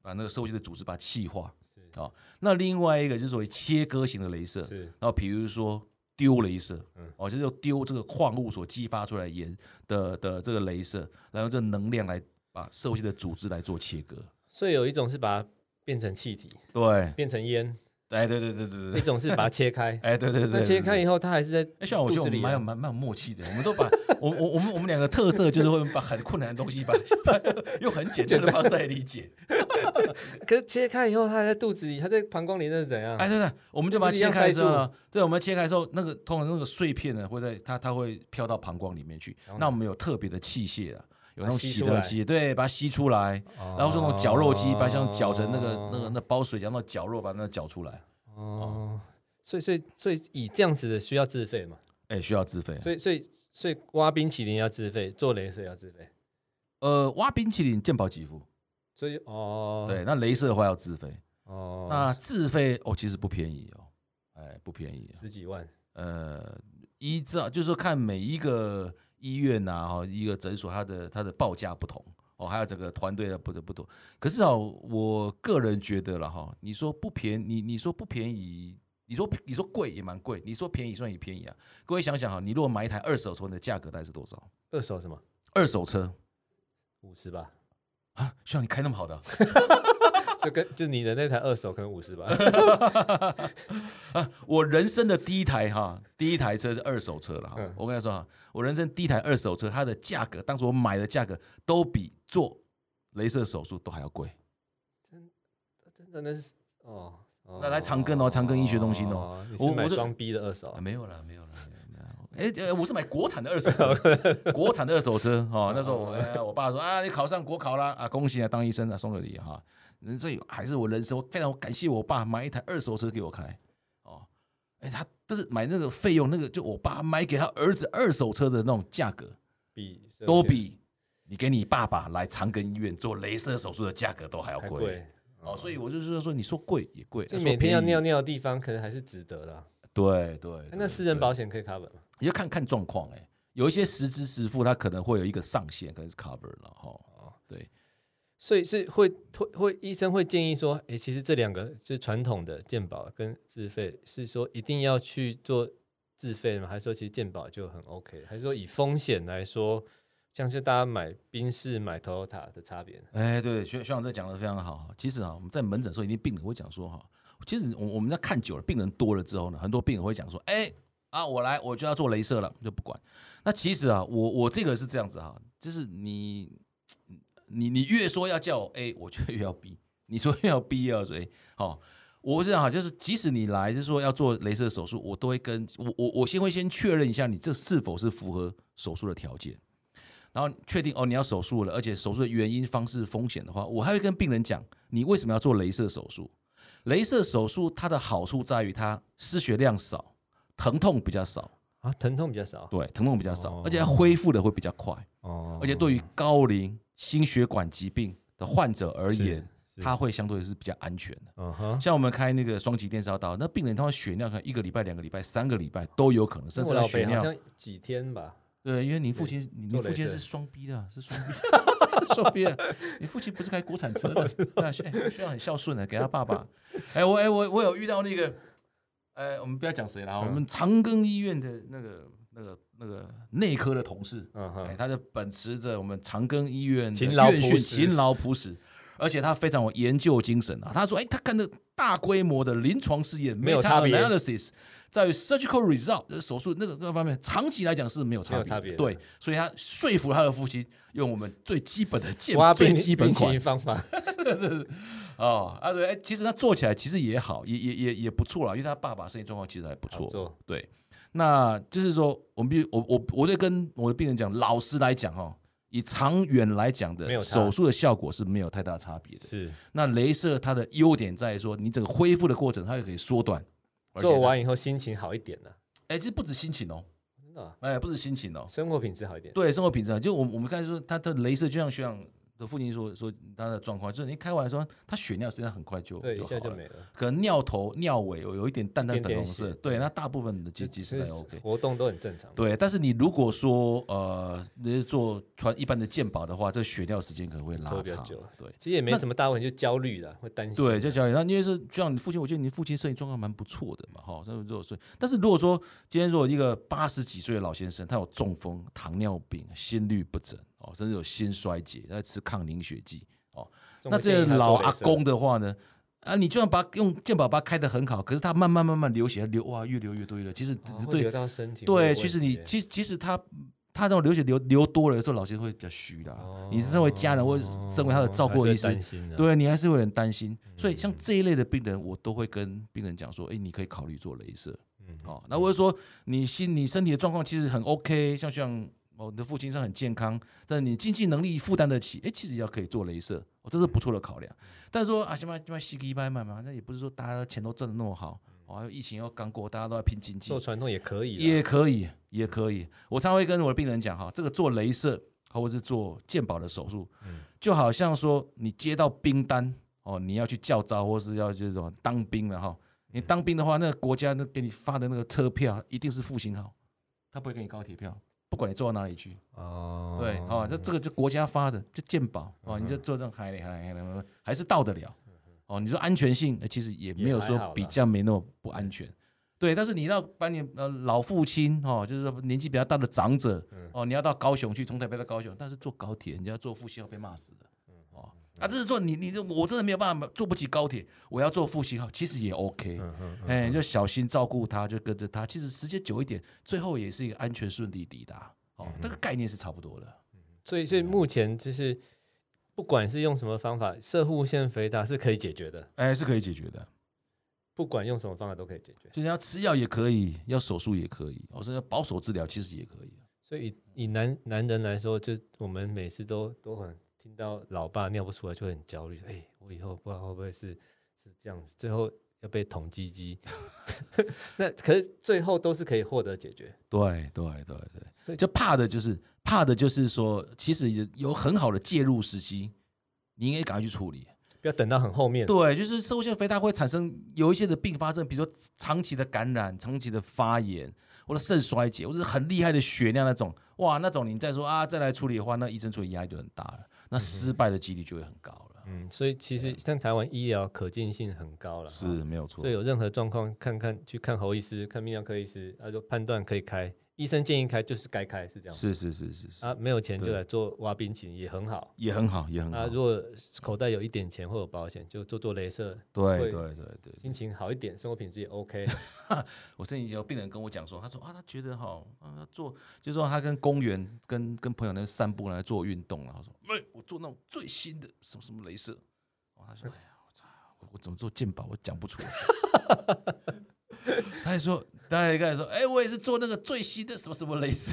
[SPEAKER 2] 把那个受精的组织把它气化。哦，那另外一个就是所谓切割型的镭射，
[SPEAKER 1] 是
[SPEAKER 2] 然后比如说丢镭射，
[SPEAKER 1] 嗯
[SPEAKER 2] 哦，就是用丢这个矿物所激发出来的盐的的这个镭射，然后这能量来把受精的组织来做切割。
[SPEAKER 1] 所以有一种是把它变成气体，
[SPEAKER 2] 对，
[SPEAKER 1] 变成烟；
[SPEAKER 2] 哎，对对对对
[SPEAKER 1] 一
[SPEAKER 2] 对，。
[SPEAKER 1] 种是把它切开
[SPEAKER 2] 哎， 对对对，
[SPEAKER 1] 那切开
[SPEAKER 2] 对。对
[SPEAKER 1] 以后，它还是在
[SPEAKER 2] 哎，像我觉
[SPEAKER 1] 肚
[SPEAKER 2] 得我
[SPEAKER 1] 子
[SPEAKER 2] 们
[SPEAKER 1] 里
[SPEAKER 2] 蛮有
[SPEAKER 1] 啊。
[SPEAKER 2] 蛮蛮有默契的，我们都把我我我们我们两个特色就是会把很困难的东西把 把用很简单的方式来理解。
[SPEAKER 1] 可是切开以后，它还在肚子里，它在膀胱里，那是怎样？
[SPEAKER 2] 哎，对对，我们就把它
[SPEAKER 1] 啊就是一
[SPEAKER 2] 切
[SPEAKER 1] 样塞
[SPEAKER 2] 开之后呢
[SPEAKER 1] 住，
[SPEAKER 2] 对，我们切开之后，那个通常那个碎片呢，会在它它会飘到膀胱里面去
[SPEAKER 1] 然后。呢
[SPEAKER 2] 那我们有特别的器械啊，有那
[SPEAKER 1] 哦把
[SPEAKER 2] 种
[SPEAKER 1] 它吸
[SPEAKER 2] 洗
[SPEAKER 1] 出
[SPEAKER 2] 特
[SPEAKER 1] 来哦
[SPEAKER 2] 机，对，把它吸出来，
[SPEAKER 1] 然
[SPEAKER 2] 然后是那种绞肉机，把它像绞成那个那个那包水饺那种绞肉，把那绞出来。
[SPEAKER 1] 哦，所以所以所以以这样子的需要自费嘛？
[SPEAKER 2] 哎，需要自费啊。
[SPEAKER 1] 所以所以所以挖冰淇淋要自费，做镭射要自费，
[SPEAKER 2] 呃，挖冰淇淋健保给付，
[SPEAKER 1] 所以哦，
[SPEAKER 2] 对，那镭射的话要自费。
[SPEAKER 1] 哦，
[SPEAKER 2] 那自费哦，其实不便宜哦，哎，不便宜啊。
[SPEAKER 1] 十几万
[SPEAKER 2] 呃，依照就是说看每一个医院呐、啊，哦，一个诊所它的它的报价不同哦，还有整个团队的不得不同。可是哦，我个人觉得了哈，你说不便你你说不便宜，你说你说贵也蛮贵，你说便宜算也便宜啊。各位想想哈，你如果买一台二手车，你的价格大概是多少？
[SPEAKER 1] 二手什么
[SPEAKER 2] 二手车
[SPEAKER 1] 五十吧，
[SPEAKER 2] 啊，需要你开那么好的啊、
[SPEAKER 1] 就跟就你的那台二手可能五十 吧。
[SPEAKER 2] 我人生的第一台哈，第一台车是二手车了哈。
[SPEAKER 1] 嗯
[SPEAKER 2] 我跟你说哈，我人生第一台二手车，它的价格，当时我买的价格都比做镭射手术都还要贵。
[SPEAKER 1] 真的那是哦，哦
[SPEAKER 2] 那来长庚哦长庚医学中心哦，
[SPEAKER 1] 你
[SPEAKER 2] 我
[SPEAKER 1] 是
[SPEAKER 2] 我
[SPEAKER 1] 买
[SPEAKER 2] 是
[SPEAKER 1] 双 B 的二手
[SPEAKER 2] 啊，
[SPEAKER 1] 啊，
[SPEAKER 2] 没有了，没有了。没有啦哎、呃我是买国产的二手车，国产的二手车哦。那时候我、哎我爸说啊，你考上国考啦，啊，恭喜啊，当医生啊，送个礼哈。嗯所以还是我人生，我非常感谢我爸买一台二手车给我开哦。哎、他但是买那个费用，那个就我爸买给他儿子二手车的那种价格，
[SPEAKER 1] 比
[SPEAKER 2] 都比你给你爸爸来长庚医院做镭射手术的价格都还要
[SPEAKER 1] 还
[SPEAKER 2] 贵
[SPEAKER 1] 贵。
[SPEAKER 2] 哦，所以我就是说，你说贵也贵，
[SPEAKER 1] 就
[SPEAKER 2] 呃说
[SPEAKER 1] 每天
[SPEAKER 2] 便
[SPEAKER 1] 要
[SPEAKER 2] 宜
[SPEAKER 1] 尿尿的地方，可能还是值得啦。
[SPEAKER 2] 对对，对
[SPEAKER 1] 那私人
[SPEAKER 2] 对
[SPEAKER 1] 保险可以 cover 吗？
[SPEAKER 2] 你要看看状况哎，有一些实支实付，它可能会有一个上限，可能是 cover 了哈。对，
[SPEAKER 1] 所以是会会会医生会建议说，诶，其实这两个就是传统的健保跟自费，是说一定要去做自费吗？还是说其实健保就很 OK？还是说以风险来说，像是大家买宾士、买 Toyota 的差别呢？
[SPEAKER 2] 哎，对，学学长这讲的非常好。其实啊，我们在门诊的时候，一定病人会讲说哈，其实我我们在看久了，病人多了之后呢，很多病人会讲说，哎啊，我来我就要做镭射了，就不管。那其实啊，我我这个是这样子哈，就是你你你越说要叫我 A，我就越要 B；你说越要 B 越要 A，好、哦。我是这样哈，就是即使你来，就是说要做镭射手术，我都会跟我我我先会先确认一下你这是否是符合手术的条件，然后确定哦你要手术了，而且手术的原因、方式、风险的话，我还会跟病人讲你为什么要做镭射手术。镭射手术它的好处在于它失血量少，疼痛比较少，
[SPEAKER 1] 啊，疼痛比较少
[SPEAKER 2] 对，疼痛比较少，
[SPEAKER 1] 哦
[SPEAKER 2] 而且它恢复的会比较快。
[SPEAKER 1] 哦
[SPEAKER 2] 而且对于高龄心血管疾病的患者而
[SPEAKER 1] 是
[SPEAKER 2] 言，
[SPEAKER 1] 是
[SPEAKER 2] 它会相对是比较安全的。
[SPEAKER 1] 嗯哼，
[SPEAKER 2] 像我们开那个双极电烧刀，那病人他会血尿，可能一个礼拜、两个礼拜、三个礼拜都有可能，甚
[SPEAKER 1] 那
[SPEAKER 2] 至
[SPEAKER 1] 我
[SPEAKER 2] 他
[SPEAKER 1] 老
[SPEAKER 2] 血
[SPEAKER 1] 北好
[SPEAKER 2] 尿。
[SPEAKER 1] 像几天吧，
[SPEAKER 2] 对，因为你父亲，你你
[SPEAKER 1] 做
[SPEAKER 2] 父亲
[SPEAKER 1] 镭射
[SPEAKER 2] 是双 B 的啊，是双 B，双 B 的。 你父亲不是开国产车 的，那需哎需要很孝顺的，给他爸爸。哎，我哎我我有遇到那个，哎，我们不要讲谁了啊，我们
[SPEAKER 1] 嗯
[SPEAKER 2] 长庚医院的那个那个那个内科的同事，
[SPEAKER 1] 嗯
[SPEAKER 2] 哎，
[SPEAKER 1] 哼，
[SPEAKER 2] 他就秉持着我们长庚医院的
[SPEAKER 1] 勤劳
[SPEAKER 2] 院
[SPEAKER 1] 朴
[SPEAKER 2] 训
[SPEAKER 1] 实
[SPEAKER 2] 勤劳朴实，而且他非常有研究精神啊。他说，哎，他干的大规模的临床试验
[SPEAKER 1] 没有差别
[SPEAKER 2] meta analysis，在于 surgical result 就是手术那个各方面，长期来讲是没有差
[SPEAKER 1] 没有
[SPEAKER 2] 别的，
[SPEAKER 1] 差别的
[SPEAKER 2] 对，所以他说服他的父亲用我们最基本的健
[SPEAKER 1] 挖
[SPEAKER 2] 最
[SPEAKER 1] 病
[SPEAKER 2] 基本
[SPEAKER 1] 病
[SPEAKER 2] 款
[SPEAKER 1] 情方法，
[SPEAKER 2] 哦，啊对，哎，其实他做起来其实也好，也也也也不错啦，因为他爸爸身体状况其实还不
[SPEAKER 1] 好
[SPEAKER 2] 错，
[SPEAKER 1] 做
[SPEAKER 2] 对，那就是说，我们必须我我我在跟我的病人讲，老实来讲哦，以长远来讲
[SPEAKER 1] 没
[SPEAKER 2] 的
[SPEAKER 1] 有差
[SPEAKER 2] 手术的效果是没有太大差别的。
[SPEAKER 1] 是
[SPEAKER 2] 那镭射它的优点在于说，你整个恢复的过程它又可以缩短，而且它
[SPEAKER 1] 做，完以后心情好一点了，
[SPEAKER 2] 哎，这不止心情哦，
[SPEAKER 1] 真的啊
[SPEAKER 2] 哎，不止心情哦，
[SPEAKER 1] 生活品质好一点。
[SPEAKER 2] 对生活品质啊，就我们我们刚才说，他的镭射就像学长的父亲说说他的状况，就是你开完说他血尿实际上很快就
[SPEAKER 1] 对，一下
[SPEAKER 2] 好
[SPEAKER 1] 就
[SPEAKER 2] 了
[SPEAKER 1] 没了，
[SPEAKER 2] 可能尿头、尿尾有有一点淡淡
[SPEAKER 1] 一
[SPEAKER 2] 粉
[SPEAKER 1] 点点
[SPEAKER 2] 红色，
[SPEAKER 1] 血
[SPEAKER 2] 对，那大部分的
[SPEAKER 1] 就
[SPEAKER 2] 其其实还 OK。
[SPEAKER 1] 活动都很正常。
[SPEAKER 2] 对，但是你如果说呃，你是做穿一般的健保的话，这血尿时间可能会
[SPEAKER 1] 拖
[SPEAKER 2] 拉
[SPEAKER 1] 比较
[SPEAKER 2] 长
[SPEAKER 1] 久。
[SPEAKER 2] 对
[SPEAKER 1] 其实也没什么大问题，就焦虑了，会担心。
[SPEAKER 2] 对，就讲，那因为是像你父亲，我觉得你父亲身体状况蛮不错的嘛，哈。那如果说，但是如果说今天如果一个八十几岁的老先生，他有中风、糖尿病、心律不整哦，甚至有心衰竭，他在吃抗凝血剂，
[SPEAKER 1] 中
[SPEAKER 2] 那
[SPEAKER 1] 国建
[SPEAKER 2] 这
[SPEAKER 1] 议
[SPEAKER 2] 个
[SPEAKER 1] 他做
[SPEAKER 2] 老阿
[SPEAKER 1] 镭射
[SPEAKER 2] 公的话呢？啊，你就算把用健保把它开得很好，可是他慢慢慢慢流血，流哇越流越多越多，其实
[SPEAKER 1] 哦会
[SPEAKER 2] 对
[SPEAKER 1] 流到身体会有
[SPEAKER 2] 对，
[SPEAKER 1] 问
[SPEAKER 2] 其实你
[SPEAKER 1] 题
[SPEAKER 2] 其实其实他他这种流血流流多了的时候，老师会比较虚的啊、你身为家人或者
[SPEAKER 1] 哦
[SPEAKER 2] 身为他的照顾的
[SPEAKER 1] 还
[SPEAKER 2] 医师，
[SPEAKER 1] 是会担心啊，嗯
[SPEAKER 2] 对你还是会有点担心。所以像这一类的病人，我都会跟病人讲说，哎，你可以考虑做镭射。
[SPEAKER 1] 嗯
[SPEAKER 2] 好、哦那或者说你心你身体的状况其实很 OK，像像哦你的父亲是很健康，但你经济能力负担得起，哎，其实也要可以做镭射，哦，这是不错的考量。
[SPEAKER 1] 嗯
[SPEAKER 2] 但是说啊，什么什么西一拜嘛嘛，那也不是说大家钱都赚的那么好，哦，还有疫情又刚过，大家都在拼经济
[SPEAKER 1] 做，传统也可以啦，
[SPEAKER 2] 也可以，也可以。我常会跟我的病人讲哈，这个做镭射或者是做健保的手术，
[SPEAKER 1] 嗯
[SPEAKER 2] 就好像说你接到兵单哦，你要去教招或是要这种当兵了哈。你当兵的话，那个国家那给你发的那个车票一定是复兴号，他不会给你高铁票，不不管你做到哪里去，
[SPEAKER 1] 哦，嗯
[SPEAKER 2] 对，哦，这这个就国家发的，就健保哦，你就做这种海里海里海里，还是到得了哦。你说安全性，呃其实也没有
[SPEAKER 1] 也还
[SPEAKER 2] 说
[SPEAKER 1] 好
[SPEAKER 2] 比
[SPEAKER 1] 啦
[SPEAKER 2] 较没那么不安全。对，但是你要把你呃老父亲哦，就是说年纪比较大的长者
[SPEAKER 1] 嗯
[SPEAKER 2] 哦，你要到高雄去，从台北到高雄，但是坐高铁，人家坐复兴号被骂死的
[SPEAKER 1] 嗯
[SPEAKER 2] 哦啊，这是说你你这我真的没有办法坐不起高铁，我要坐复兴号，其实也
[SPEAKER 1] 嗯
[SPEAKER 2] OK，哎，你就小心照顾他，就跟着他，其实时间久一点，最后也是一个安全顺利抵达
[SPEAKER 1] 嗯
[SPEAKER 2] 哦，这个概念是差不多的。
[SPEAKER 1] 所以所以目前就是不管是用什么方法，射护腺肥大是可以解决的，
[SPEAKER 2] 哎，是可以解决的。
[SPEAKER 1] 不管用什么方法都可以解决。
[SPEAKER 2] 就你要吃药也可以，要手术也可以，哦，甚至保守治疗其实也可以。
[SPEAKER 1] 所以以以男男人来说，就我们每次都都很听到老爸尿不出来就会很焦虑，哎、我以后不知道会不会是是这样子，最后要被捅鸡鸡。 那可是最后都是可以获得解决。
[SPEAKER 2] 对对对
[SPEAKER 1] 所
[SPEAKER 2] 对，
[SPEAKER 1] 以
[SPEAKER 2] 就怕的就是怕的就是说，其实有有很好的介入时机，你应该赶快去处理。
[SPEAKER 1] 不要等到很后面。
[SPEAKER 2] 对，就是射线肥大会产生有一些的并发症，比如说长期的感染、长期的发炎，或者肾衰竭，或者是很厉害的血量那种，哇，那种你再说啊再来处理的话，那医生处理压力就很大了，那失败的几率就会很高了。
[SPEAKER 1] 嗯，所以其实像台湾医疗可进性很高了，
[SPEAKER 2] 啊是
[SPEAKER 1] 哈
[SPEAKER 2] 没有
[SPEAKER 1] 嗯
[SPEAKER 2] 错
[SPEAKER 1] 所以，有任何状况，看看去看侯医师，看泌尿科医师，他说判断可以开，医生建议开就是该开，是这样。
[SPEAKER 2] 是是是是是，
[SPEAKER 1] 啊，没有钱就
[SPEAKER 2] 对
[SPEAKER 1] 来做挖冰淇淋也很好。
[SPEAKER 2] 也很好，也很好
[SPEAKER 1] 啊，。如果口袋有一点钱或有保险，就做做镭射，
[SPEAKER 2] 对
[SPEAKER 1] 会
[SPEAKER 2] 对对对，
[SPEAKER 1] 心情好一点，生活品质也 OK。
[SPEAKER 2] 我甚至有病人跟我讲说，他说啊，他觉得哈，啊，做就是说他跟公园跟跟朋友那边散步来做运动，然啊后说，没、我做那种最新的什么什么镭射，哦，他说，哎呀，我操，我我怎么做鉴宝，我讲不出来。 他还说，他还跟我说，哎、我也是做那个最新的什么什么镭射，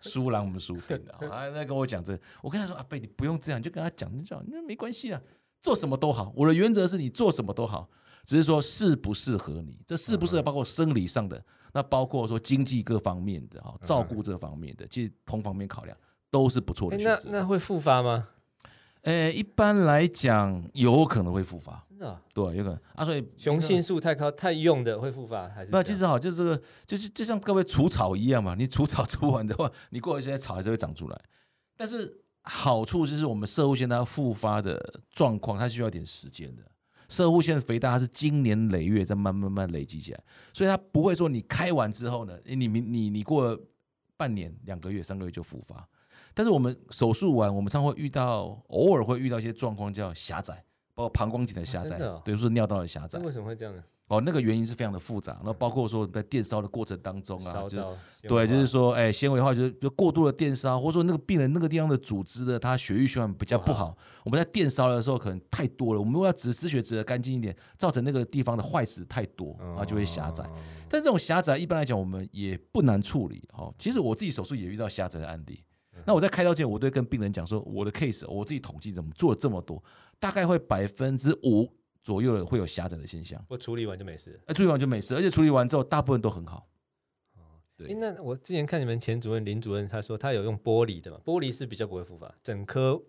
[SPEAKER 2] 输让我们 输定了。啊，在跟我讲这个，我跟他说，阿贝，你不用这样，你就跟他讲，你讲，那没关系啊，做什么都好。我的原则是你做什么都好，只是说适不适合你，这适
[SPEAKER 1] 嗯
[SPEAKER 2] 不适合包括生理上的，那包括说经济各方面的哈，
[SPEAKER 1] 嗯
[SPEAKER 2] 照顾这方面的，其实同方面考量都是不错
[SPEAKER 1] 哎
[SPEAKER 2] 的，选
[SPEAKER 1] 那
[SPEAKER 2] 择。
[SPEAKER 1] 那会复发吗？
[SPEAKER 2] 呃，一般来讲有可能会复发，
[SPEAKER 1] 真的啊、
[SPEAKER 2] 对，有可能啊，所以
[SPEAKER 1] 雄性素太高太用的会复发还是这
[SPEAKER 2] 不，
[SPEAKER 1] 样？
[SPEAKER 2] 其实好，就是这个，就是就像各位除草一样嘛，你除草 除完的话，你过一些草还是会长出来。但是好处就是我们射护腺它复发的状况，它需要一点时间的。射护腺肥大它是经年累月在慢慢慢慢累积起来，所以它不会说你开完之后呢，诶你明你你过了半年、两个月、三个月就复发。但是我们手术完，我们常会遇到，偶尔会遇到一些状况叫狭窄，包括膀胱颈的狭窄，
[SPEAKER 1] 真的哦
[SPEAKER 2] 对，就是尿道的狭窄
[SPEAKER 1] 那。为什么会这样呢？
[SPEAKER 2] 哦，那个原因是非常的复杂，然后包括说在电烧的过程当中
[SPEAKER 1] 嗯
[SPEAKER 2] 啊，
[SPEAKER 1] 烧
[SPEAKER 2] 就是
[SPEAKER 1] 到
[SPEAKER 2] 对，就是
[SPEAKER 1] 纤维化
[SPEAKER 2] 说，哎，纤维化就是就过度的电烧，或者说那个病人那个地方的组织的，它血液循环比较不好。我们在电烧的时候可能太多了，我们如果要止止血止的干净一点，造成那个地方的坏死太多，然后就会狭窄。
[SPEAKER 1] 哦
[SPEAKER 2] 但这种狭窄一般来讲我们也不难处理。哦，其实我自己手术也遇到狭窄的案例。
[SPEAKER 1] 嗯
[SPEAKER 2] 那我在开刀前，我都会跟病人讲说，我的 case 我自己统计怎么做了这么多，大概会百分之五左右的会有狭窄的现象。
[SPEAKER 1] 我处理完就没事了。
[SPEAKER 2] 哎，处理完就没事，而且处理完之后大部分都很好。对
[SPEAKER 1] 诶那我之前看你们前主任林主任，他说他有用玻璃的嘛，玻璃是比较不会复发，整颗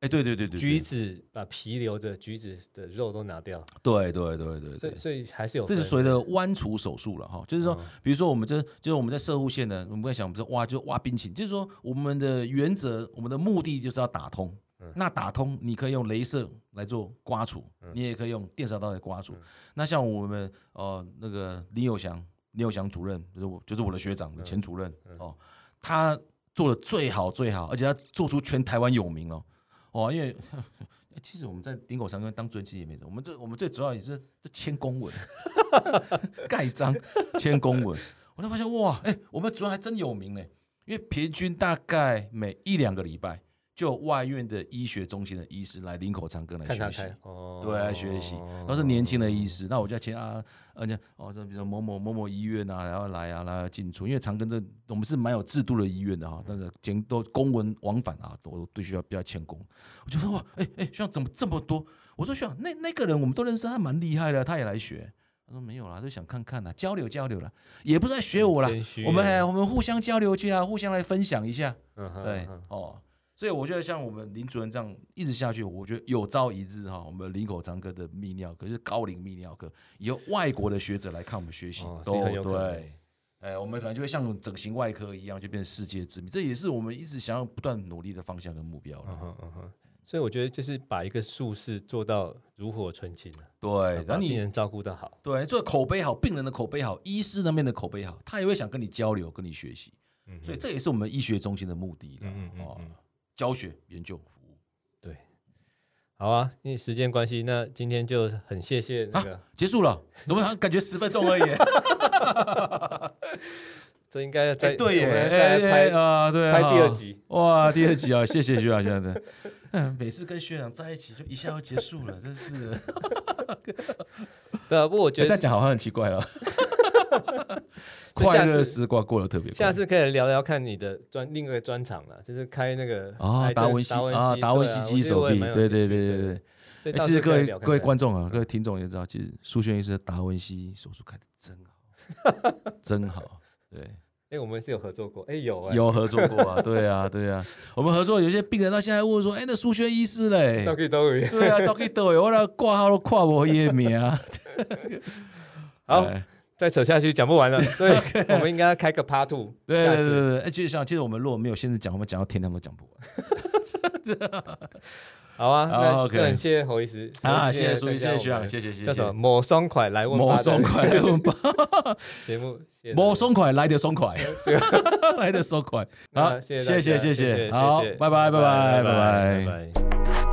[SPEAKER 2] 哎，对对对对，
[SPEAKER 1] 橘子把皮留着，橘子的肉都拿掉，
[SPEAKER 2] 对，对
[SPEAKER 1] 所
[SPEAKER 2] 对对对
[SPEAKER 1] 以嗯
[SPEAKER 2] 对，
[SPEAKER 1] 所以还是有
[SPEAKER 2] 这
[SPEAKER 1] 分。哦
[SPEAKER 2] 是所谓的弯除手术了哈，就是说，比如说我们这就是我们在射护线呢，我们在想，我们说挖就挖冰淇淋，就是说我们的原则，我们的目的就是要打通。
[SPEAKER 1] 嗯
[SPEAKER 2] 那打通，你可以用镭射来做刮除，你也可以用电烧刀来刮
[SPEAKER 1] 嗯
[SPEAKER 2] 除。那像我们呃那个林友祥，林友祥主任就是我就是我的学
[SPEAKER 1] 嗯
[SPEAKER 2] 长，前主任哦，他做的最好最好，而且他做出全台湾有名哦哦，因为其实我们在林口商跟当主任其实也没什么，我们最我们最主要也是就签公文， 盖章签公文，我就发现哇，哎、我们主任还真有名呢，因为平均大概每一两个礼拜就有外院的医学中心的医师来林口长庚来
[SPEAKER 1] 看他
[SPEAKER 2] 学习
[SPEAKER 1] 开。哦，
[SPEAKER 2] 对，来学习。都是年轻的医师，那我就要签啊，而且哦，这比如某某某某医院啊，然后来啊，来啊进出，因为长庚这我们是蛮有制度的医院的哈、那个监都公文往返啊，都都必须要必须要签公。我就说哇，哎、哎，学长怎么这么多？我说学长，那那个人我们都认识，他蛮厉害的，他也来学。他说没有啦，就想看看啦，交流交流啦，也不是在学我啦
[SPEAKER 1] 谦，虚
[SPEAKER 2] 我们
[SPEAKER 1] 耶
[SPEAKER 2] 还我们互相交流去啊，互相来分享一下。
[SPEAKER 1] 嗯哼
[SPEAKER 2] 对
[SPEAKER 1] 嗯哼，
[SPEAKER 2] 哦，所以我觉得像我们林主任这样一直下去，我觉得有朝一日哈、我们林口长科的泌尿科就是高龄泌尿科，以后外国的学者来看我们学习，
[SPEAKER 1] 哦是
[SPEAKER 2] 都
[SPEAKER 1] 很有可能
[SPEAKER 2] 对哎，我们可能就会像整形外科一样，就变成世界知名。这也是我们一直想要不断努力的方向跟目标了。
[SPEAKER 1] 嗯哼嗯哼，所以我觉得就是把一个术式做到炉火纯青啊
[SPEAKER 2] 对，然
[SPEAKER 1] 把
[SPEAKER 2] 后
[SPEAKER 1] 病
[SPEAKER 2] 你
[SPEAKER 1] 人照顾的好，
[SPEAKER 2] 对做口碑好，病人的口碑好，医师那边的口碑好，他也会想跟你交流，跟你学习。
[SPEAKER 1] 嗯哼
[SPEAKER 2] 所以这也是我们医学中心的目的了。
[SPEAKER 1] 嗯嗯嗯
[SPEAKER 2] 哦
[SPEAKER 1] 嗯，
[SPEAKER 2] 教学、研究、服务。
[SPEAKER 1] 对，好啊，因为时间关系，那今天就很谢谢那个，
[SPEAKER 2] 结束了，怎么好像感觉十分钟而已？
[SPEAKER 1] 这应该要再、
[SPEAKER 2] 哎对耶，
[SPEAKER 1] 我
[SPEAKER 2] 哎
[SPEAKER 1] 们再
[SPEAKER 2] 哎
[SPEAKER 1] 拍、
[SPEAKER 2] 啊，对，
[SPEAKER 1] 拍第二
[SPEAKER 2] 好
[SPEAKER 1] 集，
[SPEAKER 2] 哇，第二集啊， 谢谢学长，学长的。嗯，每次跟学长在一起就一下就结束了，真是。
[SPEAKER 1] 对啊，不过我 觉
[SPEAKER 2] 哎
[SPEAKER 1] 得
[SPEAKER 2] 这样讲好像很奇怪了。
[SPEAKER 1] 就
[SPEAKER 2] 快
[SPEAKER 1] 下次
[SPEAKER 2] 乐时光过得特别快。
[SPEAKER 1] 下次可以聊聊看你的专另一个专场了，就是开那个
[SPEAKER 2] 啊，
[SPEAKER 1] 癌
[SPEAKER 2] 达
[SPEAKER 1] 症
[SPEAKER 2] 文西
[SPEAKER 1] 哎达文
[SPEAKER 2] 啊，达文西
[SPEAKER 1] 基
[SPEAKER 2] 基手臂，对对对对对。
[SPEAKER 1] 所以
[SPEAKER 2] 哎
[SPEAKER 1] 到
[SPEAKER 2] 其
[SPEAKER 1] 时
[SPEAKER 2] 实
[SPEAKER 1] 候
[SPEAKER 2] 各
[SPEAKER 1] 可以
[SPEAKER 2] 位
[SPEAKER 1] 聊看
[SPEAKER 2] 各位
[SPEAKER 1] 看
[SPEAKER 2] 观众啊，各位听众也知道，其实苏轩医师的达文西手术开的真好， 真好。对，
[SPEAKER 1] 哎，我们是有合作过，哎有哎，
[SPEAKER 2] 有合作过啊，对啊，对啊。我们合作有些病人到现在还问说，哎，那苏轩医师嘞
[SPEAKER 1] 都？可以都可以。
[SPEAKER 2] 对啊，早给抖，我那挂号都挂我页面 啊。
[SPEAKER 1] 好，
[SPEAKER 2] 哎
[SPEAKER 1] 再扯下去讲不完 了，所以我们应该要开个 Part Two，
[SPEAKER 2] 对
[SPEAKER 1] 下
[SPEAKER 2] 对
[SPEAKER 1] 次
[SPEAKER 2] 对对，哎，其实像其实我们如果没有现在讲，我们讲到天亮都讲不完。
[SPEAKER 1] 好啊，
[SPEAKER 2] 好
[SPEAKER 1] 那
[SPEAKER 2] OK
[SPEAKER 1] 那很谢谢侯医师
[SPEAKER 2] 啊，
[SPEAKER 1] 很
[SPEAKER 2] 谢谢苏医
[SPEAKER 1] 参
[SPEAKER 2] 师，
[SPEAKER 1] 加
[SPEAKER 2] 谢
[SPEAKER 1] 我们
[SPEAKER 2] 谢学长，谢谢谢谢。
[SPEAKER 1] 叫什么？某爽快来问
[SPEAKER 2] 摸
[SPEAKER 1] 吧
[SPEAKER 2] 松快，问吧，
[SPEAKER 1] 节目，谢谢
[SPEAKER 2] 摸松快，来的松快，来的松快。好，
[SPEAKER 1] 那谢谢
[SPEAKER 2] 谢
[SPEAKER 1] 大家
[SPEAKER 2] 啊谢谢
[SPEAKER 1] 谢谢，
[SPEAKER 2] 好，拜拜拜拜拜拜。
[SPEAKER 1] 拜。